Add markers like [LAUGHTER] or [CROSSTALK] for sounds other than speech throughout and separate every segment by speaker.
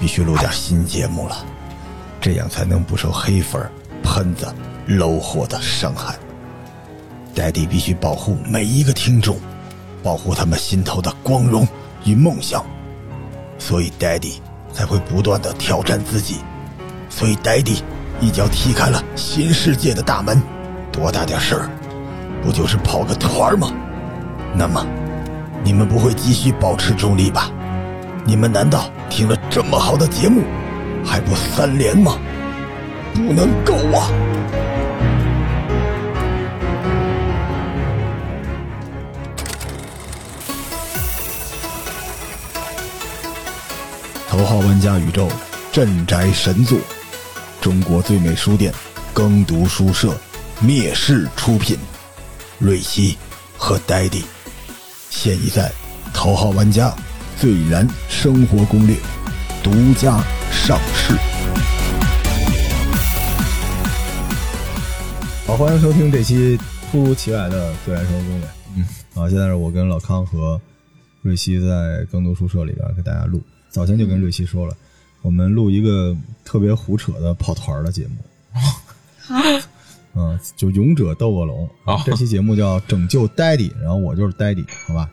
Speaker 1: 必须录点新节目了，这样才能不受黑粉、喷子、low 货的伤害。戴迪必须保护每一个听众，保护他们心头的光荣与梦想，所以戴迪才会不断的挑战自己，所以戴迪一脚踢开了新世界的大门。多大点事儿，不就是跑个团儿吗？那么，你们不会继续保持中立吧？你们难道听了这么好的节目，还不三连吗？不能够啊！头号玩家宇宙镇宅神作，中国最美书店耕读书社灭世出品，瑞希和呆迪现已在头号玩家最燃生活攻略独家上市。
Speaker 2: 好，欢迎收听这期突如其来的自然生活攻略。嗯，啊，现在是我跟老康和瑞希在更读书社里边给大家录。早前就跟瑞希说了，我们录一个特别胡扯的跑团的节目。啊，就勇者斗恶龙。
Speaker 3: 哦
Speaker 2: 这期节目叫拯救 Daddy，然后我就是 Daddy，好吧？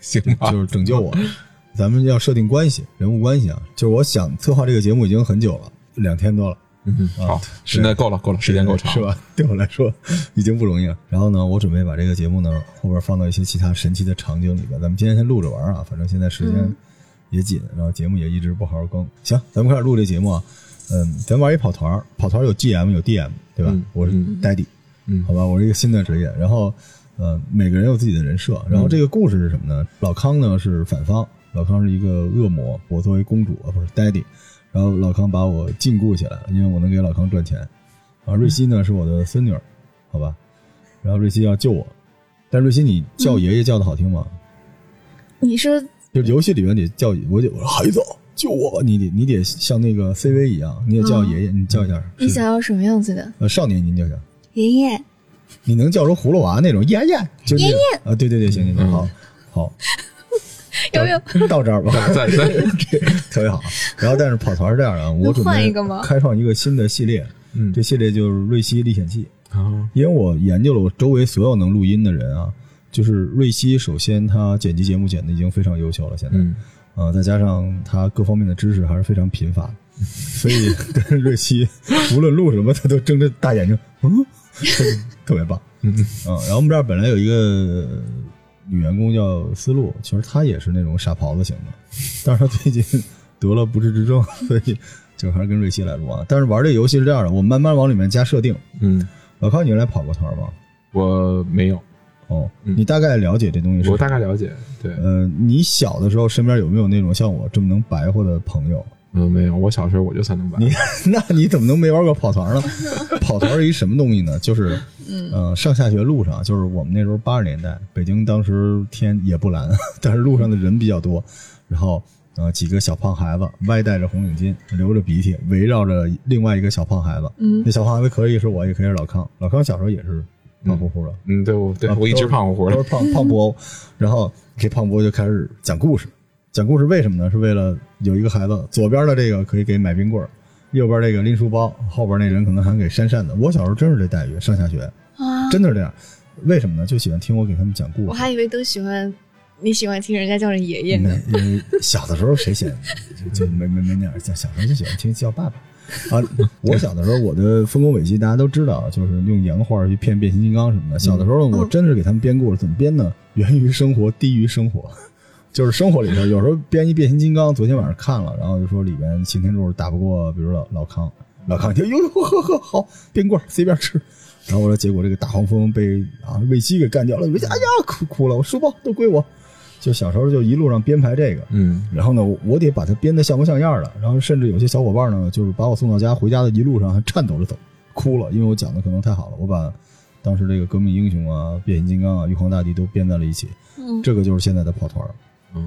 Speaker 3: 行吧，
Speaker 2: 就是拯救我。咱们要设定关系，人物关系啊。就是我想策划这个节目已经很久了，两天多了。
Speaker 3: 嗯好，现在够了，够了，时间够长，
Speaker 2: 啊是？吧？ [LAUGHS] 对我来说已经不容易了。然后呢，我准备把这个节目呢后边放到一些其他神奇的场景里边。咱们今天先录着玩儿啊，反正现在时间
Speaker 4: 嗯
Speaker 2: 也紧，然后节目也一直不好好更。行，咱们开始录这节目啊。嗯，咱玩一跑团儿，跑团儿有 GM 有 DM，对吧？
Speaker 3: 嗯
Speaker 2: 我是 Daddy，
Speaker 3: 嗯
Speaker 2: 好吧，我是一个新的职业。然后，呃，每个人有自己的人设。
Speaker 3: 嗯
Speaker 2: 然后这个故事是什么呢？老康呢是反方，老康是一个恶魔，我作为公主啊，不是 Daddy。然后老康把我禁锢起来了，因为我能给老康赚钱。啊，瑞希呢是我的孙女儿，好吧。然后瑞希要救我，但瑞希你叫爷爷叫的好听吗？
Speaker 4: 你说
Speaker 2: 就是游戏里面得叫我得我说孩子救我吧，你得你得像那个 CV 一样，你得叫爷爷，你叫一下。
Speaker 4: 嗯你
Speaker 2: 是
Speaker 4: 想要什么样子的？
Speaker 2: 呃少年您叫一下，
Speaker 4: 爷爷，
Speaker 2: 你能叫出葫芦娃那种爷爷，就爷爷啊，对对对，行行行，好好，
Speaker 4: 有有
Speaker 2: 到这儿吧。 [LAUGHS]
Speaker 3: 再再
Speaker 2: 这特别好。然后，但是跑团是这样的，啊我准
Speaker 4: 换
Speaker 2: 备
Speaker 4: 一个吗
Speaker 2: 开创一个新的系列，
Speaker 3: 嗯
Speaker 2: 这系列就是《瑞希历险记》。
Speaker 3: 啊，
Speaker 2: 因为我研究了我周围所有能录音的人啊，就是瑞希，首先他剪辑节目剪的已经非常优秀了，现在，
Speaker 3: 嗯
Speaker 2: 啊，再加上他各方面的知识还是非常贫乏
Speaker 3: [LAUGHS]
Speaker 2: 的，所以跟瑞希无论录什么，他都睁着大眼睛，嗯，特别棒，
Speaker 3: 嗯
Speaker 2: 嗯，然后我们这儿本来有一个女员工叫思路，其实她也是那种傻狍子型的，但是她最近得了不治之症，所以就还是跟瑞希来录啊。但是玩这游戏是这样的，我们慢慢往里面加设定。
Speaker 3: 嗯，
Speaker 2: 老康，你原来跑过团吗？
Speaker 3: 我没有，
Speaker 2: 哦，
Speaker 3: 嗯
Speaker 2: 你大概了解这东西是？
Speaker 3: 我大概了解，对，
Speaker 2: 呃，你小的时候身边有没有那种像我这么能白活的朋
Speaker 3: [LAUGHS]
Speaker 2: 友？
Speaker 3: 嗯，没有，我小时候我就三能百，
Speaker 2: 你 [LAUGHS] 那你怎么能没玩过跑团呢？跑团是一什么东西呢？就是，呃，上下学路上，就是我们那时候八十年代，北京当时天也不蓝， [LAUGHS] 但是路上的人比较多，然后呃几个小胖孩子歪戴着红领巾，流着鼻涕，围绕着另外一个小胖孩子。
Speaker 4: 嗯
Speaker 2: 那小胖孩子可以是我，也可以是老康。老康小时候也是胖乎乎的，
Speaker 3: 嗯，对我对
Speaker 2: 啊
Speaker 3: 我一直胖乎乎
Speaker 2: 都
Speaker 3: 的，
Speaker 2: 是胖胖布欧。然后这胖布欧就开始讲故事，讲故事为什么呢？是为了有一个孩子，左边的这个可以给买冰棍儿，右边这个拎书包，后边那人可能还给扇扇子。我小时候真是这待遇，上下学
Speaker 4: 啊！
Speaker 2: 真的是这样。为什么呢？就喜欢听我给他们讲故
Speaker 4: 我
Speaker 2: 事。
Speaker 4: 还以为都喜欢你喜欢听人家叫人爷爷呢。
Speaker 2: 那因为小的时候谁嫌就就没没没那样，小小时候就喜欢听叫爸爸。啊，我小的时候我的丰功伟绩大家都知道，就是用洋话去骗变形金刚什么的。小的时候
Speaker 4: 嗯
Speaker 2: 呢，我真是给他们编故事，怎么编呢？源于生活，低于生活。就是生活里头，有时候编一变形金刚，昨天晚上看了，然后就说里边擎天柱打不过，比如老老康，老康就哟哟呵呵好冰棍儿随便吃，然后我说结果这个大黄蜂被啊瑞希给干掉了，瑞希哎呀哭哭了，我书包都归我，就小时候就一路上编排这个，
Speaker 3: 嗯
Speaker 2: 然后呢，我我得把它编得像模像样的。然后甚至有些小伙伴呢，就是把我送到家，回家的一路上还颤抖着走，哭了，因为我讲的可能太好了，我把当时这个革命英雄啊、变形金刚啊、玉皇大帝都编在了一起。
Speaker 4: 嗯
Speaker 2: 这个就是现在的跑团儿。
Speaker 3: 哦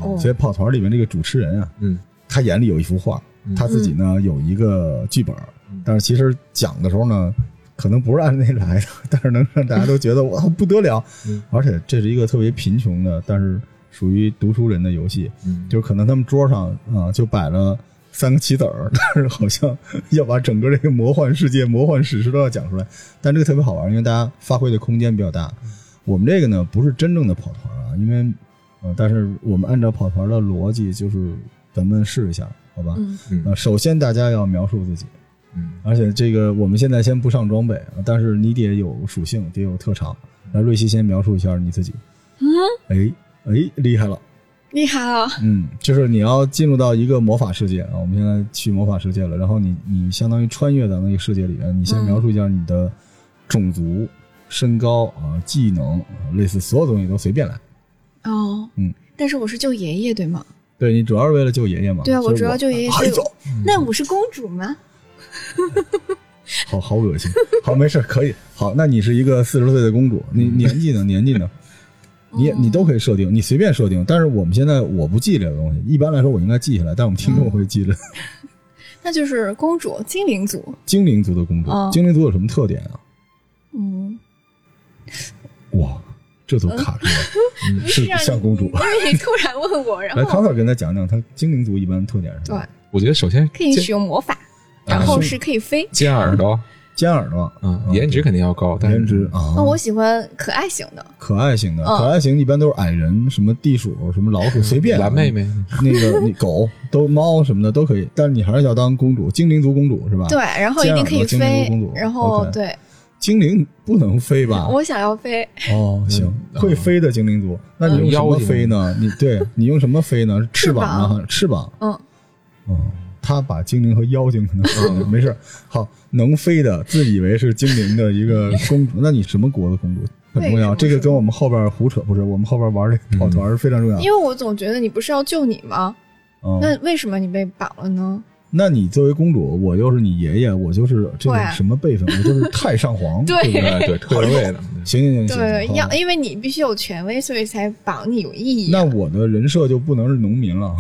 Speaker 4: 哦
Speaker 2: 所以跑团儿里面这个主持人啊，
Speaker 3: 嗯
Speaker 2: 他眼里有一幅画
Speaker 3: 嗯，
Speaker 2: 他自己呢有一个剧本
Speaker 3: 嗯，
Speaker 2: 但是其实讲的时候呢，可能不是按那来的，但是能让大家都觉得哇不得了
Speaker 3: 嗯，
Speaker 2: 而且这是一个特别贫穷的，但是属于读书人的游戏，
Speaker 3: 嗯，
Speaker 2: 就是可能他们桌上啊、就摆了三个棋子儿， [LAUGHS] 但是好像要把整个这个魔幻世界、魔幻史诗都要讲出来。但这个特别好玩，因为大家发挥的空间比较大。我们这个呢，不是真正的跑团啊，因为呃，但是我们按照跑团的逻辑，就是咱们试一下，好吧？
Speaker 4: 嗯
Speaker 3: 嗯
Speaker 2: 呃，首先大家要描述自己，
Speaker 3: 嗯
Speaker 2: 而且这个我们现在先不上装备，啊但是你得有属性，得有特长。来，瑞希先描述一下你自己。
Speaker 4: 嗯，
Speaker 2: 哎哎，厉害了！
Speaker 4: 厉害啊！
Speaker 2: 嗯，就是你要进入到一个魔法世界啊，我们现在去魔法世界了，然后你你相当于穿越到那个世界里面，你先
Speaker 4: 嗯
Speaker 2: 描述一下你的种族、身高啊、技能，啊类似所有东西都随便来。
Speaker 4: 哦，
Speaker 2: 嗯，
Speaker 4: 但是我是救爷爷对吗？
Speaker 2: 对你主要是为了救爷爷嘛？
Speaker 4: 对啊，
Speaker 2: 所以
Speaker 4: 我
Speaker 2: 我
Speaker 4: 主要救爷爷。
Speaker 1: 孩子
Speaker 4: [LAUGHS] 所以那我是嗯公主吗？
Speaker 2: 好好恶心。好，没事，可以。好，那你是一个四十岁的公主，你年纪呢？年纪呢？你
Speaker 4: 嗯
Speaker 2: 你都可以设定，你随便设定。但是我们现在我不记这个东西，一般来说我应该记下来，但我们听众会记着。
Speaker 4: 嗯那就是公主，精灵族。
Speaker 2: 精灵族的公主
Speaker 4: 哦，
Speaker 2: 精灵族有什么特点啊？
Speaker 4: 嗯，
Speaker 2: 哇，这都卡住了，是
Speaker 4: 嗯啊让你
Speaker 2: 像公主。
Speaker 4: 因为你突然问我，然
Speaker 2: 来，
Speaker 4: 后
Speaker 2: 康 Sir 跟他讲讲，他精灵族一般特点是什么？
Speaker 4: [LAUGHS] 对，
Speaker 3: 我觉得首先
Speaker 4: 可以
Speaker 3: 尖
Speaker 4: 使用魔法，
Speaker 2: 啊
Speaker 4: 然后是可以
Speaker 2: 嗯
Speaker 4: 飞。
Speaker 3: 尖耳朵，
Speaker 2: 尖耳朵，
Speaker 3: 嗯，颜值肯定要高，但是
Speaker 2: 颜值啊
Speaker 4: 那，哦我喜欢可爱型的，
Speaker 2: 可爱型的，
Speaker 4: 嗯
Speaker 2: 可爱型一般都是矮人，什么地鼠，什么老鼠，随便
Speaker 3: 蓝妹妹，
Speaker 2: 那个你狗都猫什么的都可以，但是你还是要当公主，精灵族公主是吧？
Speaker 4: 对，，然后一定可以
Speaker 2: 尖耳朵精灵
Speaker 4: 飞
Speaker 2: 族公主，
Speaker 4: 然后
Speaker 2: OK 啊
Speaker 4: 对
Speaker 2: 精灵不能飞吧？
Speaker 4: 我想要飞，
Speaker 2: 哦，行，
Speaker 3: 嗯
Speaker 2: 会飞的精灵族，那你用什么飞呢？你对你用什么飞呢？是翅膀啊，翅膀。
Speaker 4: 嗯，
Speaker 2: 嗯，他把精灵和妖精可能分了没事儿。好，能飞的自以为是精灵的一个公主，那你什么国的公主很重要？
Speaker 4: 为什么
Speaker 2: 这个跟我们后边胡扯不是？我们后边玩这跑团是非常重要的
Speaker 4: 因。为我总觉得你不是要救你吗？
Speaker 2: 嗯
Speaker 4: 那为什么你被绑了呢？
Speaker 2: 那你作为公主，我又是你爷爷，我就是这
Speaker 4: 对
Speaker 2: 个
Speaker 4: 啊
Speaker 2: 什么辈分？我就是太上皇，
Speaker 4: 对
Speaker 2: 不 [LAUGHS] 对？
Speaker 3: 哎对，特别位的，
Speaker 2: 行行行行，
Speaker 4: 对
Speaker 2: 好，
Speaker 4: 要哎因为你必须有权威，所以才绑你有意义啊。
Speaker 2: 那我的人设就不能是农民了，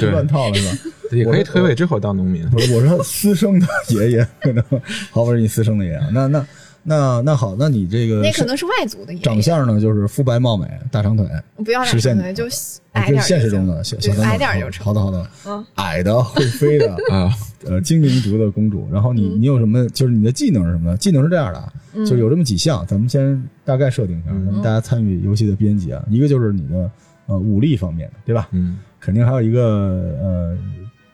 Speaker 3: 对
Speaker 2: [LAUGHS] 乱套了是吧？
Speaker 3: 也可以退位之后当农民，
Speaker 2: 不是，我说私生的爷爷可能，好，我是你私生的爷爷。那那那那好，那你这个
Speaker 4: 那可能是外族的爷爷
Speaker 2: 长相呢，就是肤白貌美，大长腿，
Speaker 4: 不要
Speaker 2: 实
Speaker 4: 染
Speaker 2: 现
Speaker 4: 成
Speaker 2: 的
Speaker 4: 的，就
Speaker 2: 啊
Speaker 4: 矮
Speaker 2: 这
Speaker 4: 点
Speaker 2: 是
Speaker 4: 儿
Speaker 2: 现实
Speaker 4: 就
Speaker 2: 中
Speaker 4: 行
Speaker 2: 的小
Speaker 4: 对
Speaker 2: 小三啊
Speaker 4: 矮
Speaker 2: 腿
Speaker 4: 点儿
Speaker 2: 好
Speaker 4: 就
Speaker 2: 好
Speaker 4: 成。
Speaker 2: 的好的，
Speaker 4: 嗯，
Speaker 2: 矮的会飞的， [LAUGHS]
Speaker 3: 啊，
Speaker 2: 呃，精灵族的公主。然后你
Speaker 4: 嗯
Speaker 2: 你有什么？就是你的技能是什么呢？技能是这样的啊，
Speaker 4: 嗯
Speaker 2: 就是有这么几项，咱们先大概设定一下，
Speaker 3: 嗯
Speaker 2: 咱们大家参与游戏的编辑啊，一个就是你的呃武力方面，对吧？
Speaker 3: 嗯
Speaker 2: 肯定还有一个呃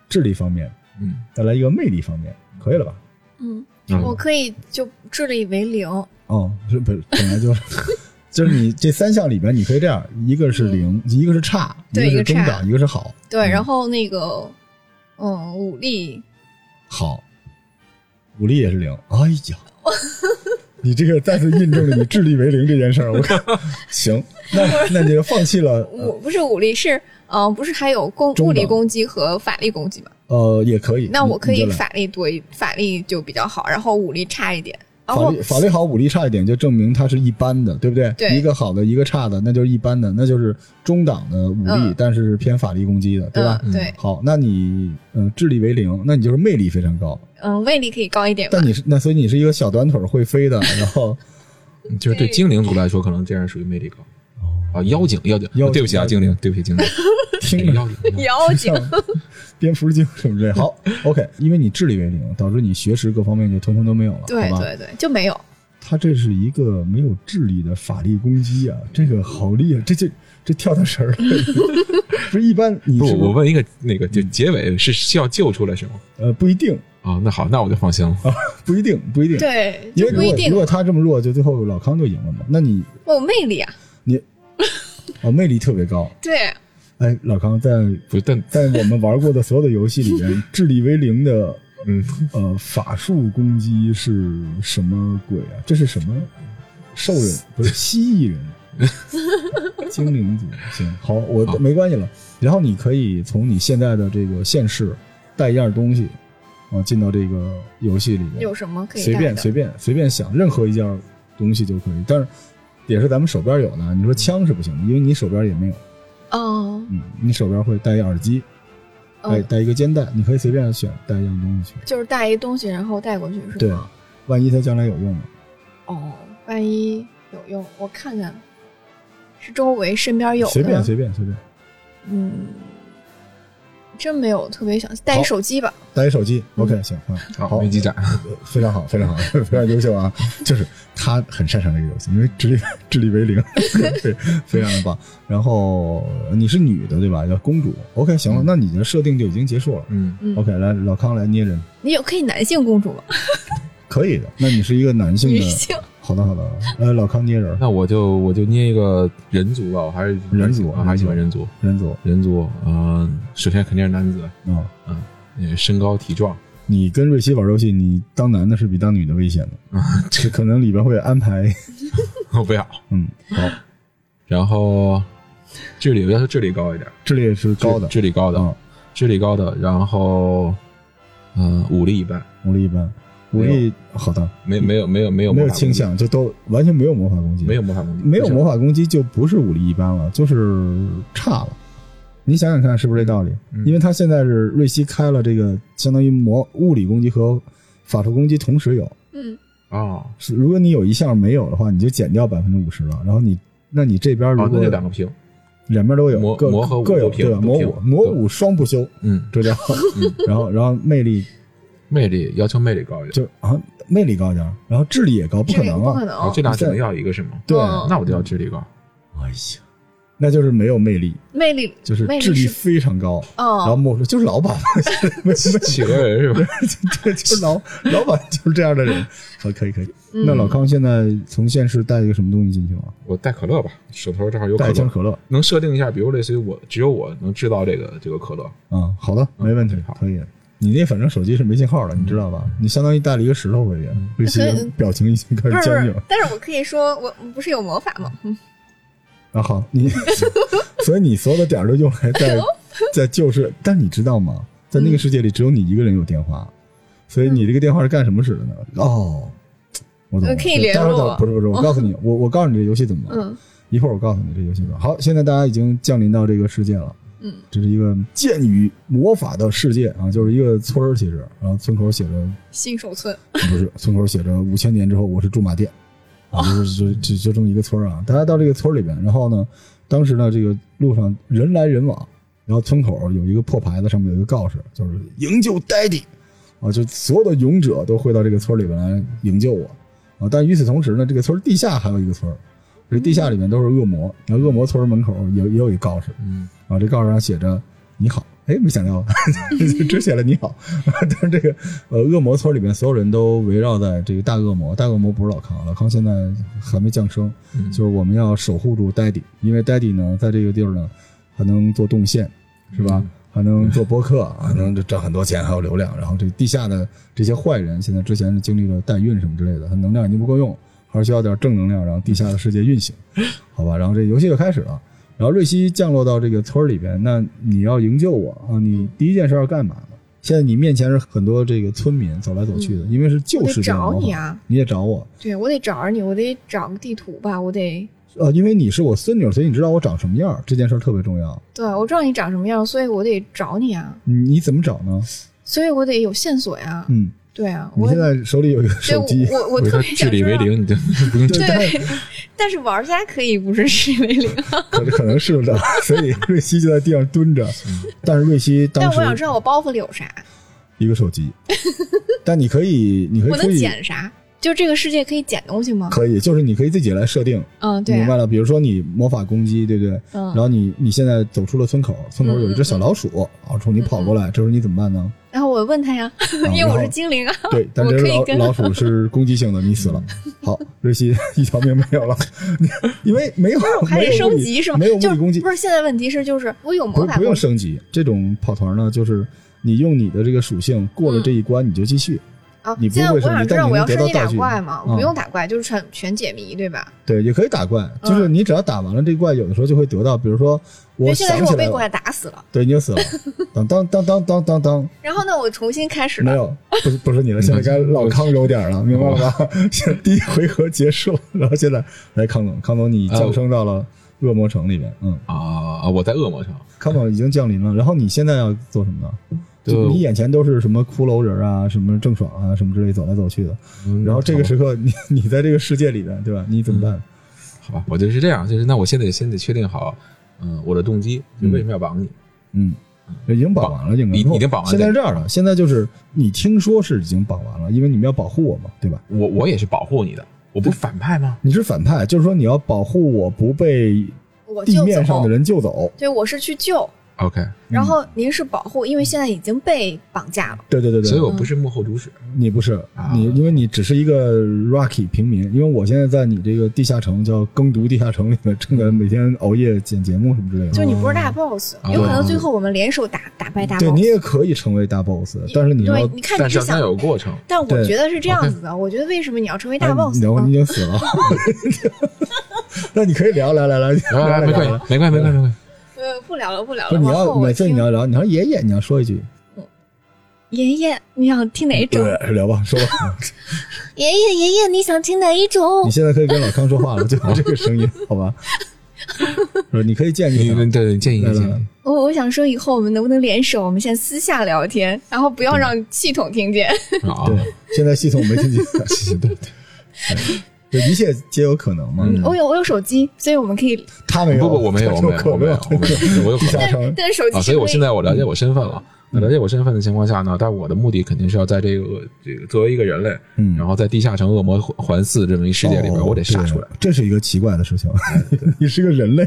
Speaker 2: 智力方面，
Speaker 3: 嗯，
Speaker 2: 再来一个魅力方面，可以了吧？
Speaker 4: 嗯，
Speaker 3: 嗯
Speaker 4: 我可以就智力为零，
Speaker 2: 哦，是不是本来就是。 [LAUGHS] 就是你这三项里边，你可以这样：一个是零，一个是差，
Speaker 4: 嗯对
Speaker 2: 一个是
Speaker 4: 一个
Speaker 2: 中
Speaker 4: 差
Speaker 2: 档，一个是好。
Speaker 4: 对，
Speaker 2: 嗯
Speaker 4: 然后那个嗯武力
Speaker 2: 好，武力也是零。哎呀，你这个再次印证了你智力为零这件事儿。我 [LAUGHS] 看行，那那你就放弃了。
Speaker 4: 武不是武力是嗯不是还有攻
Speaker 2: 中
Speaker 4: 物理
Speaker 2: 等
Speaker 4: 攻击和法力攻击吗？
Speaker 2: 呃，也可以。
Speaker 4: 那我可
Speaker 2: 你
Speaker 4: 以
Speaker 2: 就来
Speaker 4: 法力多一，法力就比较好，然后武力差一点，然
Speaker 2: 法
Speaker 4: 后
Speaker 2: 律法律好，武力差一点，就证明它是一般的，对不对？
Speaker 4: 对
Speaker 2: 一个好的，一个差的，那就是一般的，那就是中档的武力，
Speaker 4: 嗯
Speaker 2: 但是是偏法力攻击的，对吧？
Speaker 4: 嗯对，
Speaker 2: 好，那你嗯、呃智力为零，那你就是魅力非常高，
Speaker 4: 嗯威力可以高一点吧
Speaker 2: 但。你是那所以你是一个小短腿儿会飞的，然后
Speaker 3: 就是对精灵族来说，可能这样属于魅力高。啊，妖精，妖精，
Speaker 2: 哦妖精
Speaker 3: 对不起啊，精灵，对不起，精灵，
Speaker 2: 听着
Speaker 3: 妖
Speaker 2: [LAUGHS]
Speaker 3: 精，妖
Speaker 4: 妖精，
Speaker 2: 啊蝙蝠精什么之类。
Speaker 4: [LAUGHS]
Speaker 2: 好，OK，因为你智力为零，导致你学识各方面就通通都没有了，
Speaker 4: 对
Speaker 2: 好吧？
Speaker 4: 对对，就没有。
Speaker 2: 他这是一个没有智力的法力攻击啊，这个好厉害，这这这跳跳
Speaker 4: [LAUGHS]
Speaker 2: 绳儿了，不是一般你
Speaker 3: 不，
Speaker 2: 是不是
Speaker 3: 我问一个，那个就结尾是需要救出来是吗？
Speaker 2: 呃不一定。
Speaker 3: 啊，那好，那我就放心了。
Speaker 2: 不一定，不一定。，
Speaker 4: 对，
Speaker 2: 因为
Speaker 4: 就
Speaker 2: 如
Speaker 4: 不
Speaker 2: 果
Speaker 4: 一定
Speaker 2: 如。果他这么弱，就最后老康就赢了嘛。那你
Speaker 4: 我有魅力啊，
Speaker 2: 啊，魅力特别高。
Speaker 4: 对，
Speaker 2: 哎，老康在
Speaker 3: 不是，但
Speaker 2: 在我们玩过的所有的游戏里
Speaker 4: [LAUGHS]
Speaker 2: 面，智力为零的
Speaker 3: 嗯，
Speaker 2: 呃法术攻击是什么鬼啊？这是什么兽
Speaker 4: [LAUGHS]
Speaker 2: 人？不是蜥蜴人，精灵族。行，好，我
Speaker 3: 好
Speaker 2: 没关系了。然后你可以从你现在的这个现世带一样东西啊，进到这个游戏里面。
Speaker 4: 有什么可以
Speaker 2: 随便
Speaker 4: 带的
Speaker 2: 随便随便想任何一件东西就可以，但是也是咱们手边有的。你说枪是不行的，因为你手边也没有。
Speaker 4: 哦，
Speaker 2: 嗯，你手边会带一耳机，带
Speaker 4: 嗯，
Speaker 2: 带一个肩带，你可以随便选带一样东西去。
Speaker 4: 就是带一东西，然后带过去是
Speaker 2: 对
Speaker 4: 吗？，
Speaker 2: 万一它将来有用呢？
Speaker 4: 哦，万一有用，我看看，是周围身边有的，
Speaker 2: 随便随便随便。
Speaker 4: 嗯，真没有特别想带一手机吧，
Speaker 2: 带一手
Speaker 4: 嗯
Speaker 2: 机，OK，行啊，
Speaker 3: 好，没积攒，
Speaker 2: [LAUGHS] 非常好，非常好， [LAUGHS] 非常优秀啊！就是他很擅长这个游戏，因为智力智力为
Speaker 4: [LAUGHS]
Speaker 2: 零，对，非常的棒。然后你是女的对吧？叫公主，OK，行了，那你的设定就已经结束了。
Speaker 3: 嗯，
Speaker 4: 嗯
Speaker 2: OK，来，老康来捏人，
Speaker 4: 你有可以男性公主吗？
Speaker 2: 可以的。那你是一个男性
Speaker 4: 女
Speaker 2: 的，
Speaker 4: 性
Speaker 2: [LAUGHS] 好的好的。呃，老康捏人，
Speaker 3: 那我就我就捏一个人族吧，我还是
Speaker 2: 人族
Speaker 3: 啊还是喜欢人族，
Speaker 2: 人族
Speaker 3: 人族，嗯，首先肯定是男子，
Speaker 2: 啊、
Speaker 3: 嗯，呃身高体壮，
Speaker 2: 你跟瑞希玩游戏，你当男的是比当女的危险的，
Speaker 3: 啊
Speaker 2: 这可能里边会安排，
Speaker 3: 我不要，
Speaker 2: 嗯，好，
Speaker 3: 然后智力我要求智力高一点，
Speaker 2: 智力是高的，
Speaker 3: 智力高的，
Speaker 2: 啊，
Speaker 3: 智力高的，然后嗯，武力一般，
Speaker 2: 武力一般，武力好的，
Speaker 3: 没没有没有没有
Speaker 2: 没
Speaker 3: 魔
Speaker 2: 有
Speaker 3: 法攻
Speaker 2: 倾
Speaker 3: 击，
Speaker 2: 向，就都完全没有魔法攻击，
Speaker 3: 没有魔法攻击，
Speaker 2: 没有魔
Speaker 3: 法，
Speaker 2: 法攻击就不是武力一般了，就是差了。你想想看，是不是这道理？
Speaker 3: 嗯
Speaker 2: 因为他现在是瑞希开了这个，相当于魔物理攻击和法术攻击同时有。
Speaker 4: 嗯，
Speaker 3: 哦，
Speaker 2: 是如果你有一项没有的话，你就减掉百分之五十了。然后你，那你这边如
Speaker 3: 哦，
Speaker 2: 果
Speaker 3: 那就两个平，
Speaker 2: 两边都有，
Speaker 3: 魔
Speaker 2: 各
Speaker 3: 魔和武
Speaker 2: 各有
Speaker 3: 都平
Speaker 2: 对吧？
Speaker 3: 都
Speaker 2: 魔
Speaker 3: 平
Speaker 2: 武魔
Speaker 3: 对
Speaker 2: 武双不修，
Speaker 3: 嗯，
Speaker 2: 这叫。 [LAUGHS] 然后然后魅力
Speaker 3: 魅力要求魅力高一点，
Speaker 2: 就啊魅力高点儿，然后智力也高，不
Speaker 4: 这
Speaker 2: 可
Speaker 4: 个也
Speaker 2: 能
Speaker 4: 不可
Speaker 2: 啊！
Speaker 4: 能。
Speaker 3: 哦，这俩只能要一个是吗？
Speaker 2: 对，
Speaker 4: 嗯
Speaker 3: 那我就要智力高，
Speaker 2: 哎呀，那就是没有魅力，
Speaker 4: 魅力
Speaker 2: 就是
Speaker 4: 魅力
Speaker 2: 智力
Speaker 4: 是
Speaker 2: 非常高。然后
Speaker 4: 哦，
Speaker 2: 莫说就是老板嘛， [LAUGHS] 没没
Speaker 3: 企鹅人
Speaker 2: [LAUGHS]
Speaker 3: 是吧？
Speaker 2: 对，就是老 [LAUGHS] 老板就是这样的人。好，可以可以。
Speaker 4: 嗯
Speaker 2: 那老康现在从现实带一个什么东西进去吗？
Speaker 3: 我带可乐吧，手头正好有可
Speaker 2: 带一
Speaker 3: 乐
Speaker 2: 瓶，可乐。
Speaker 3: 能设定一下，比如类似于我只有我能制造这个这个可乐，
Speaker 2: 嗯，好的，没问题
Speaker 3: 好，嗯
Speaker 2: 可以的。你那反正手机是没信号了，你知道吧？你相当于带了一个石头回去，瑞希
Speaker 4: 那可
Speaker 2: 的
Speaker 4: 以
Speaker 2: 表情已经开
Speaker 4: 不
Speaker 2: 始
Speaker 4: 是不
Speaker 2: 僵硬
Speaker 4: 是。，但是我可以说我不是有魔法吗？嗯
Speaker 2: 啊，好，你， [LAUGHS] 所以你所有的点儿都用来
Speaker 4: 哎
Speaker 2: 在在救世，但你知道吗？在
Speaker 4: 嗯
Speaker 2: 那个世界里，只有你一个人有电话，所以你这个电话是干什么使的呢？哦，我懂了。
Speaker 4: 呃可以
Speaker 2: 对
Speaker 4: 联
Speaker 2: 待会儿待
Speaker 4: 络
Speaker 2: 会儿
Speaker 4: 我哦
Speaker 2: 不是不是，我告诉你，我我告诉你这游戏怎么玩。
Speaker 4: 嗯
Speaker 2: 一会儿我告诉你这游戏吧。好，现在大家已经降临到这个世界了，
Speaker 4: 嗯，
Speaker 2: 这是一个剑与魔法的世界啊，就是一个村儿，其实，然后村口写着
Speaker 4: 新手村，
Speaker 2: 不是村口写着五千年之后我是驻马店，啊，就是就就就这么一个村儿啊。大家到这个村儿里边，然后呢，当时呢这个路上人来人往，然后村口有一个破牌子，上面有一个告示，就是营救 Daddy，啊，就所有的勇者都会到这个村儿里边来营救我，啊，但与此同时呢，这个村儿地下还有一个村儿，这地下里面都是恶魔，然后恶魔村儿门口也也有一告示，
Speaker 3: 嗯，
Speaker 2: 啊，这告示上写着“你好”，哎，没想到吧， [LAUGHS] 只写了“你好”，但是这个呃，恶魔村里面所有人都围绕在这个大恶魔，大恶魔不是老康，老康现在还没降生，
Speaker 3: 嗯
Speaker 2: 就是我们要守护住 Daddy，因为 Daddy 呢，在这个地儿呢，还能做动线，是吧？
Speaker 4: 嗯
Speaker 2: 还能做播客，还能挣很多钱，还有流量。然后这地下的这些坏人，现在之前经历了代孕什么之类的，他能量已经不够用，还是需要点正能量，让地下的世界运
Speaker 4: [LAUGHS]
Speaker 2: 行，好吧？然后这游戏就开始了。然后瑞希降落到这个村儿里边，那你要营救我啊！你第一件事要干嘛呢？现在你面前是很多这个村民走来走去的，因为是旧
Speaker 4: 嗯我
Speaker 2: 世
Speaker 4: 得
Speaker 2: 界的
Speaker 4: 找
Speaker 2: 魔
Speaker 4: 你
Speaker 2: 法
Speaker 4: 啊！
Speaker 2: 你也找我，
Speaker 4: 对我得找着你，我得找个地图吧，我得
Speaker 2: 呃，因为你是我孙女，所以你知道我长什么样儿，这件事儿特别重要。
Speaker 4: 对啊我知道你长什么样，所以我得找你啊，
Speaker 2: 你你怎么找呢？
Speaker 4: 所以我得有线索呀。
Speaker 2: 嗯，
Speaker 4: 对啊，
Speaker 2: 你
Speaker 4: 我
Speaker 2: 现在手里有一个
Speaker 4: 对
Speaker 2: 手机，
Speaker 4: 我我我
Speaker 3: 我
Speaker 4: 特
Speaker 3: 说
Speaker 4: 别
Speaker 3: 智
Speaker 4: 想
Speaker 3: 力为
Speaker 4: 知道
Speaker 3: 零，你 [LAUGHS] 就不用
Speaker 2: [LAUGHS] 对，但是
Speaker 4: 但是玩家可以不是智力为零，
Speaker 2: 可可能是的，
Speaker 4: [LAUGHS]
Speaker 2: 所以瑞希就在地上蹲着。但是瑞希
Speaker 4: 但
Speaker 2: 当
Speaker 4: 我想知
Speaker 2: 时
Speaker 4: 道我包袱里有啥，
Speaker 2: 一个手
Speaker 4: [LAUGHS]
Speaker 2: 机，但你可以，你可以
Speaker 4: 我
Speaker 2: 出
Speaker 4: 能
Speaker 2: 去，
Speaker 4: 捡啥？就这个世界可以捡东西吗？
Speaker 2: 可以，就是你可以自己来设定。
Speaker 4: 嗯，对
Speaker 2: 明白
Speaker 4: 啊，
Speaker 2: 了，比如说你魔法攻击，对不对？
Speaker 4: 嗯
Speaker 2: 然后你你现在走出了村口，村口有一只小老鼠啊，冲你跑过来，这时候你怎么办
Speaker 4: [LAUGHS]
Speaker 2: 呢？
Speaker 4: 然后我问他呀， [LAUGHS] 因为我是精灵啊，
Speaker 2: 对，但
Speaker 4: 我
Speaker 2: 这只
Speaker 4: 可以
Speaker 2: 老
Speaker 4: 跟
Speaker 2: 老鼠是攻击性的，你死
Speaker 4: [LAUGHS]
Speaker 2: 了。好，瑞希一条命没有了， [LAUGHS] 因为没有
Speaker 4: 我还
Speaker 2: 没
Speaker 4: 得
Speaker 2: 有物
Speaker 4: 升
Speaker 2: 理
Speaker 4: 级是吗？
Speaker 2: 没有物
Speaker 4: 就
Speaker 2: 理攻击
Speaker 4: 不，是现在问题是就是我有魔
Speaker 2: 不不
Speaker 4: 法攻
Speaker 2: 用
Speaker 4: 击，
Speaker 2: 升级。这种跑团呢，就是你用你的这个属性过了这
Speaker 4: 嗯
Speaker 2: 一关，你就继续。
Speaker 4: 啊
Speaker 2: 你，不
Speaker 4: 现在
Speaker 2: 会
Speaker 4: 我
Speaker 2: 升级
Speaker 4: 想知
Speaker 2: 但
Speaker 4: 道
Speaker 2: 你能
Speaker 4: 我要
Speaker 2: 得
Speaker 4: 升
Speaker 2: 到
Speaker 4: 级
Speaker 2: 道
Speaker 4: 打
Speaker 2: 具
Speaker 4: 怪吗？
Speaker 2: 嗯
Speaker 4: 我不用打怪，就是全全解谜对吧？
Speaker 2: 对，也可以打怪，就是
Speaker 4: 嗯
Speaker 2: 你只要打完了这怪，有的时候就会得到，比如说
Speaker 4: 因
Speaker 2: 我
Speaker 4: 为现在
Speaker 2: 想起
Speaker 4: 是我
Speaker 2: 来
Speaker 4: 被怪
Speaker 2: 了，
Speaker 4: 打死了，
Speaker 2: 对，你就
Speaker 4: [LAUGHS]
Speaker 2: 死了。当当当当当当当。
Speaker 4: 然后呢，我重新开始
Speaker 2: 没
Speaker 4: 了。
Speaker 2: 有，不是不是你了，现在该老康揉点儿了，明白了吧？ [LAUGHS] 现在第一回合结束，然后现在来康总，康总你降生到了恶魔城里边，嗯，
Speaker 3: 啊，我在恶魔城，
Speaker 2: 康总已经降临了，然后你现在要做什么呢？就
Speaker 3: 就
Speaker 2: 你眼前都是什么骷髅人啊，什么郑爽啊，什么之类走来走去的，
Speaker 3: 嗯
Speaker 2: 然后这个时刻你你在这个世界里边，对吧？你怎么办？
Speaker 3: 好吧，我就是这样，就是那我现在先得确定好，嗯，我的动机，就为什么要绑你？
Speaker 2: 嗯，已经绑完了，应该
Speaker 3: 你你已经绑完了
Speaker 2: 现在是这样的，现在就是你听说是已经绑完了，因为你们要保护我嘛，对吧？
Speaker 3: 我我也是保护你的，我不是反派吗？
Speaker 2: 你是反派，就是说你要保护我不被
Speaker 4: 我
Speaker 2: 地
Speaker 4: 就
Speaker 2: 面上
Speaker 4: 走
Speaker 2: 的。人嗯救走。
Speaker 4: 对，我是去救，
Speaker 3: OK，
Speaker 4: 然后您是保护，因为现在已经被绑架了。
Speaker 2: 对对对对，
Speaker 3: 所以我不是幕后主使。
Speaker 4: 嗯
Speaker 2: 你不是
Speaker 3: 啊
Speaker 2: 你，因为你只是一个 Rocky 平民。因为我现在在你这个地下城叫耕读地下城里面，正在每天熬夜剪节目什么之类的。
Speaker 4: 就你不是大 boss，、
Speaker 3: 啊
Speaker 4: 有可能最后我们联手打打败大 boss。
Speaker 2: 哦对你也可以成为大 boss，但是你要
Speaker 4: 对，你看你
Speaker 3: 但是
Speaker 4: 是
Speaker 3: 要先
Speaker 4: 想，
Speaker 3: 有过
Speaker 2: [LAUGHS]
Speaker 3: 程，
Speaker 4: 但我
Speaker 2: 对
Speaker 4: 觉得是这样子的。我觉得为什么你要成
Speaker 3: 啊
Speaker 4: 为
Speaker 2: 哎
Speaker 4: 大 boss？
Speaker 2: 你
Speaker 4: 呢、
Speaker 2: 聊你已经死
Speaker 3: [LAUGHS]
Speaker 2: 了。那你可以聊聊聊聊
Speaker 3: 来来来，啊哎没关系，没关系，没关系，没关系。
Speaker 4: 呃，不聊了，不聊
Speaker 2: 不
Speaker 4: 了。
Speaker 2: 是你
Speaker 4: 往后
Speaker 2: 要
Speaker 4: 我
Speaker 2: 每次
Speaker 4: 听
Speaker 2: 你要聊，你要爷爷，你要说一句，
Speaker 4: 爷爷，你想听哪一种？
Speaker 2: 对，聊吧，说
Speaker 3: [LAUGHS]
Speaker 2: 吧。
Speaker 4: 爷爷，爷爷，你想听哪一
Speaker 2: 你
Speaker 4: 种？
Speaker 2: 现在可以跟老康说话了，就用这个声音，好吧？说你可以建议
Speaker 3: 你
Speaker 2: 他
Speaker 3: 对对建议
Speaker 2: 来来
Speaker 3: 建
Speaker 2: 来
Speaker 3: 议，
Speaker 4: 我哦我想说，以后我们能不能联手？我们先私下聊天，然后不要让系统听见。
Speaker 3: 啊，
Speaker 2: 对，现在系统没听见，
Speaker 3: 对对
Speaker 2: 就一切皆有可能嘛。
Speaker 3: 嗯
Speaker 4: 我有我有手机，所以我们可以。
Speaker 2: 他没有，
Speaker 3: 不不，我没有，我没有，我没有，我没
Speaker 2: [LAUGHS]
Speaker 3: 有，我有可
Speaker 2: 地下
Speaker 3: 能。
Speaker 2: 城
Speaker 4: 但是手机、
Speaker 3: 啊，所以我现在我了解我身份了。
Speaker 2: 嗯
Speaker 3: 那了解我身份的情况下呢，但我的目的肯定是要在这个这个作为一个人类，
Speaker 2: 嗯
Speaker 3: 然后在地下城恶魔环四这么一世界里边，
Speaker 2: 哦
Speaker 3: 我得杀出来。哎
Speaker 2: 对这是一个奇怪的事情。 [LAUGHS] 你是个人类，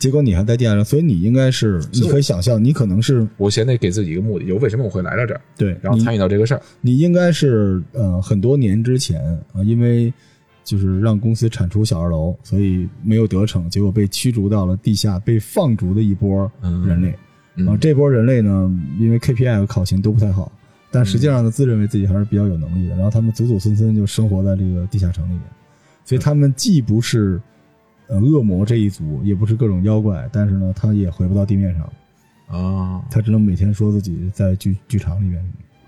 Speaker 2: 结果你还在地下城，所以你应该是，你可以想象，你可能是
Speaker 3: 我先得给自己一个目的，就为什么我会来到这儿，
Speaker 2: 对，
Speaker 3: 然后
Speaker 2: 你
Speaker 3: 参与到这个事儿。
Speaker 2: 你应该是呃很多年之前啊、呃因为就是让公司铲除小二楼，所以没有得逞，结果被驱逐到了地下，被放逐的一波
Speaker 3: 嗯
Speaker 2: 人类。
Speaker 3: 嗯
Speaker 2: 然后这波人类呢，因为 KPI 和考勤都不太好，但实际
Speaker 3: 嗯
Speaker 2: 上呢，自认为自己还是比较有能力的。然后他们祖祖孙孙就生活在这个地下城里面，所以
Speaker 3: 嗯
Speaker 2: 他们既不是呃恶魔这一族，也不是各种妖怪，但是呢，他也回不到地面上，
Speaker 3: 啊，
Speaker 2: 他只能每天说自己在剧剧场里面。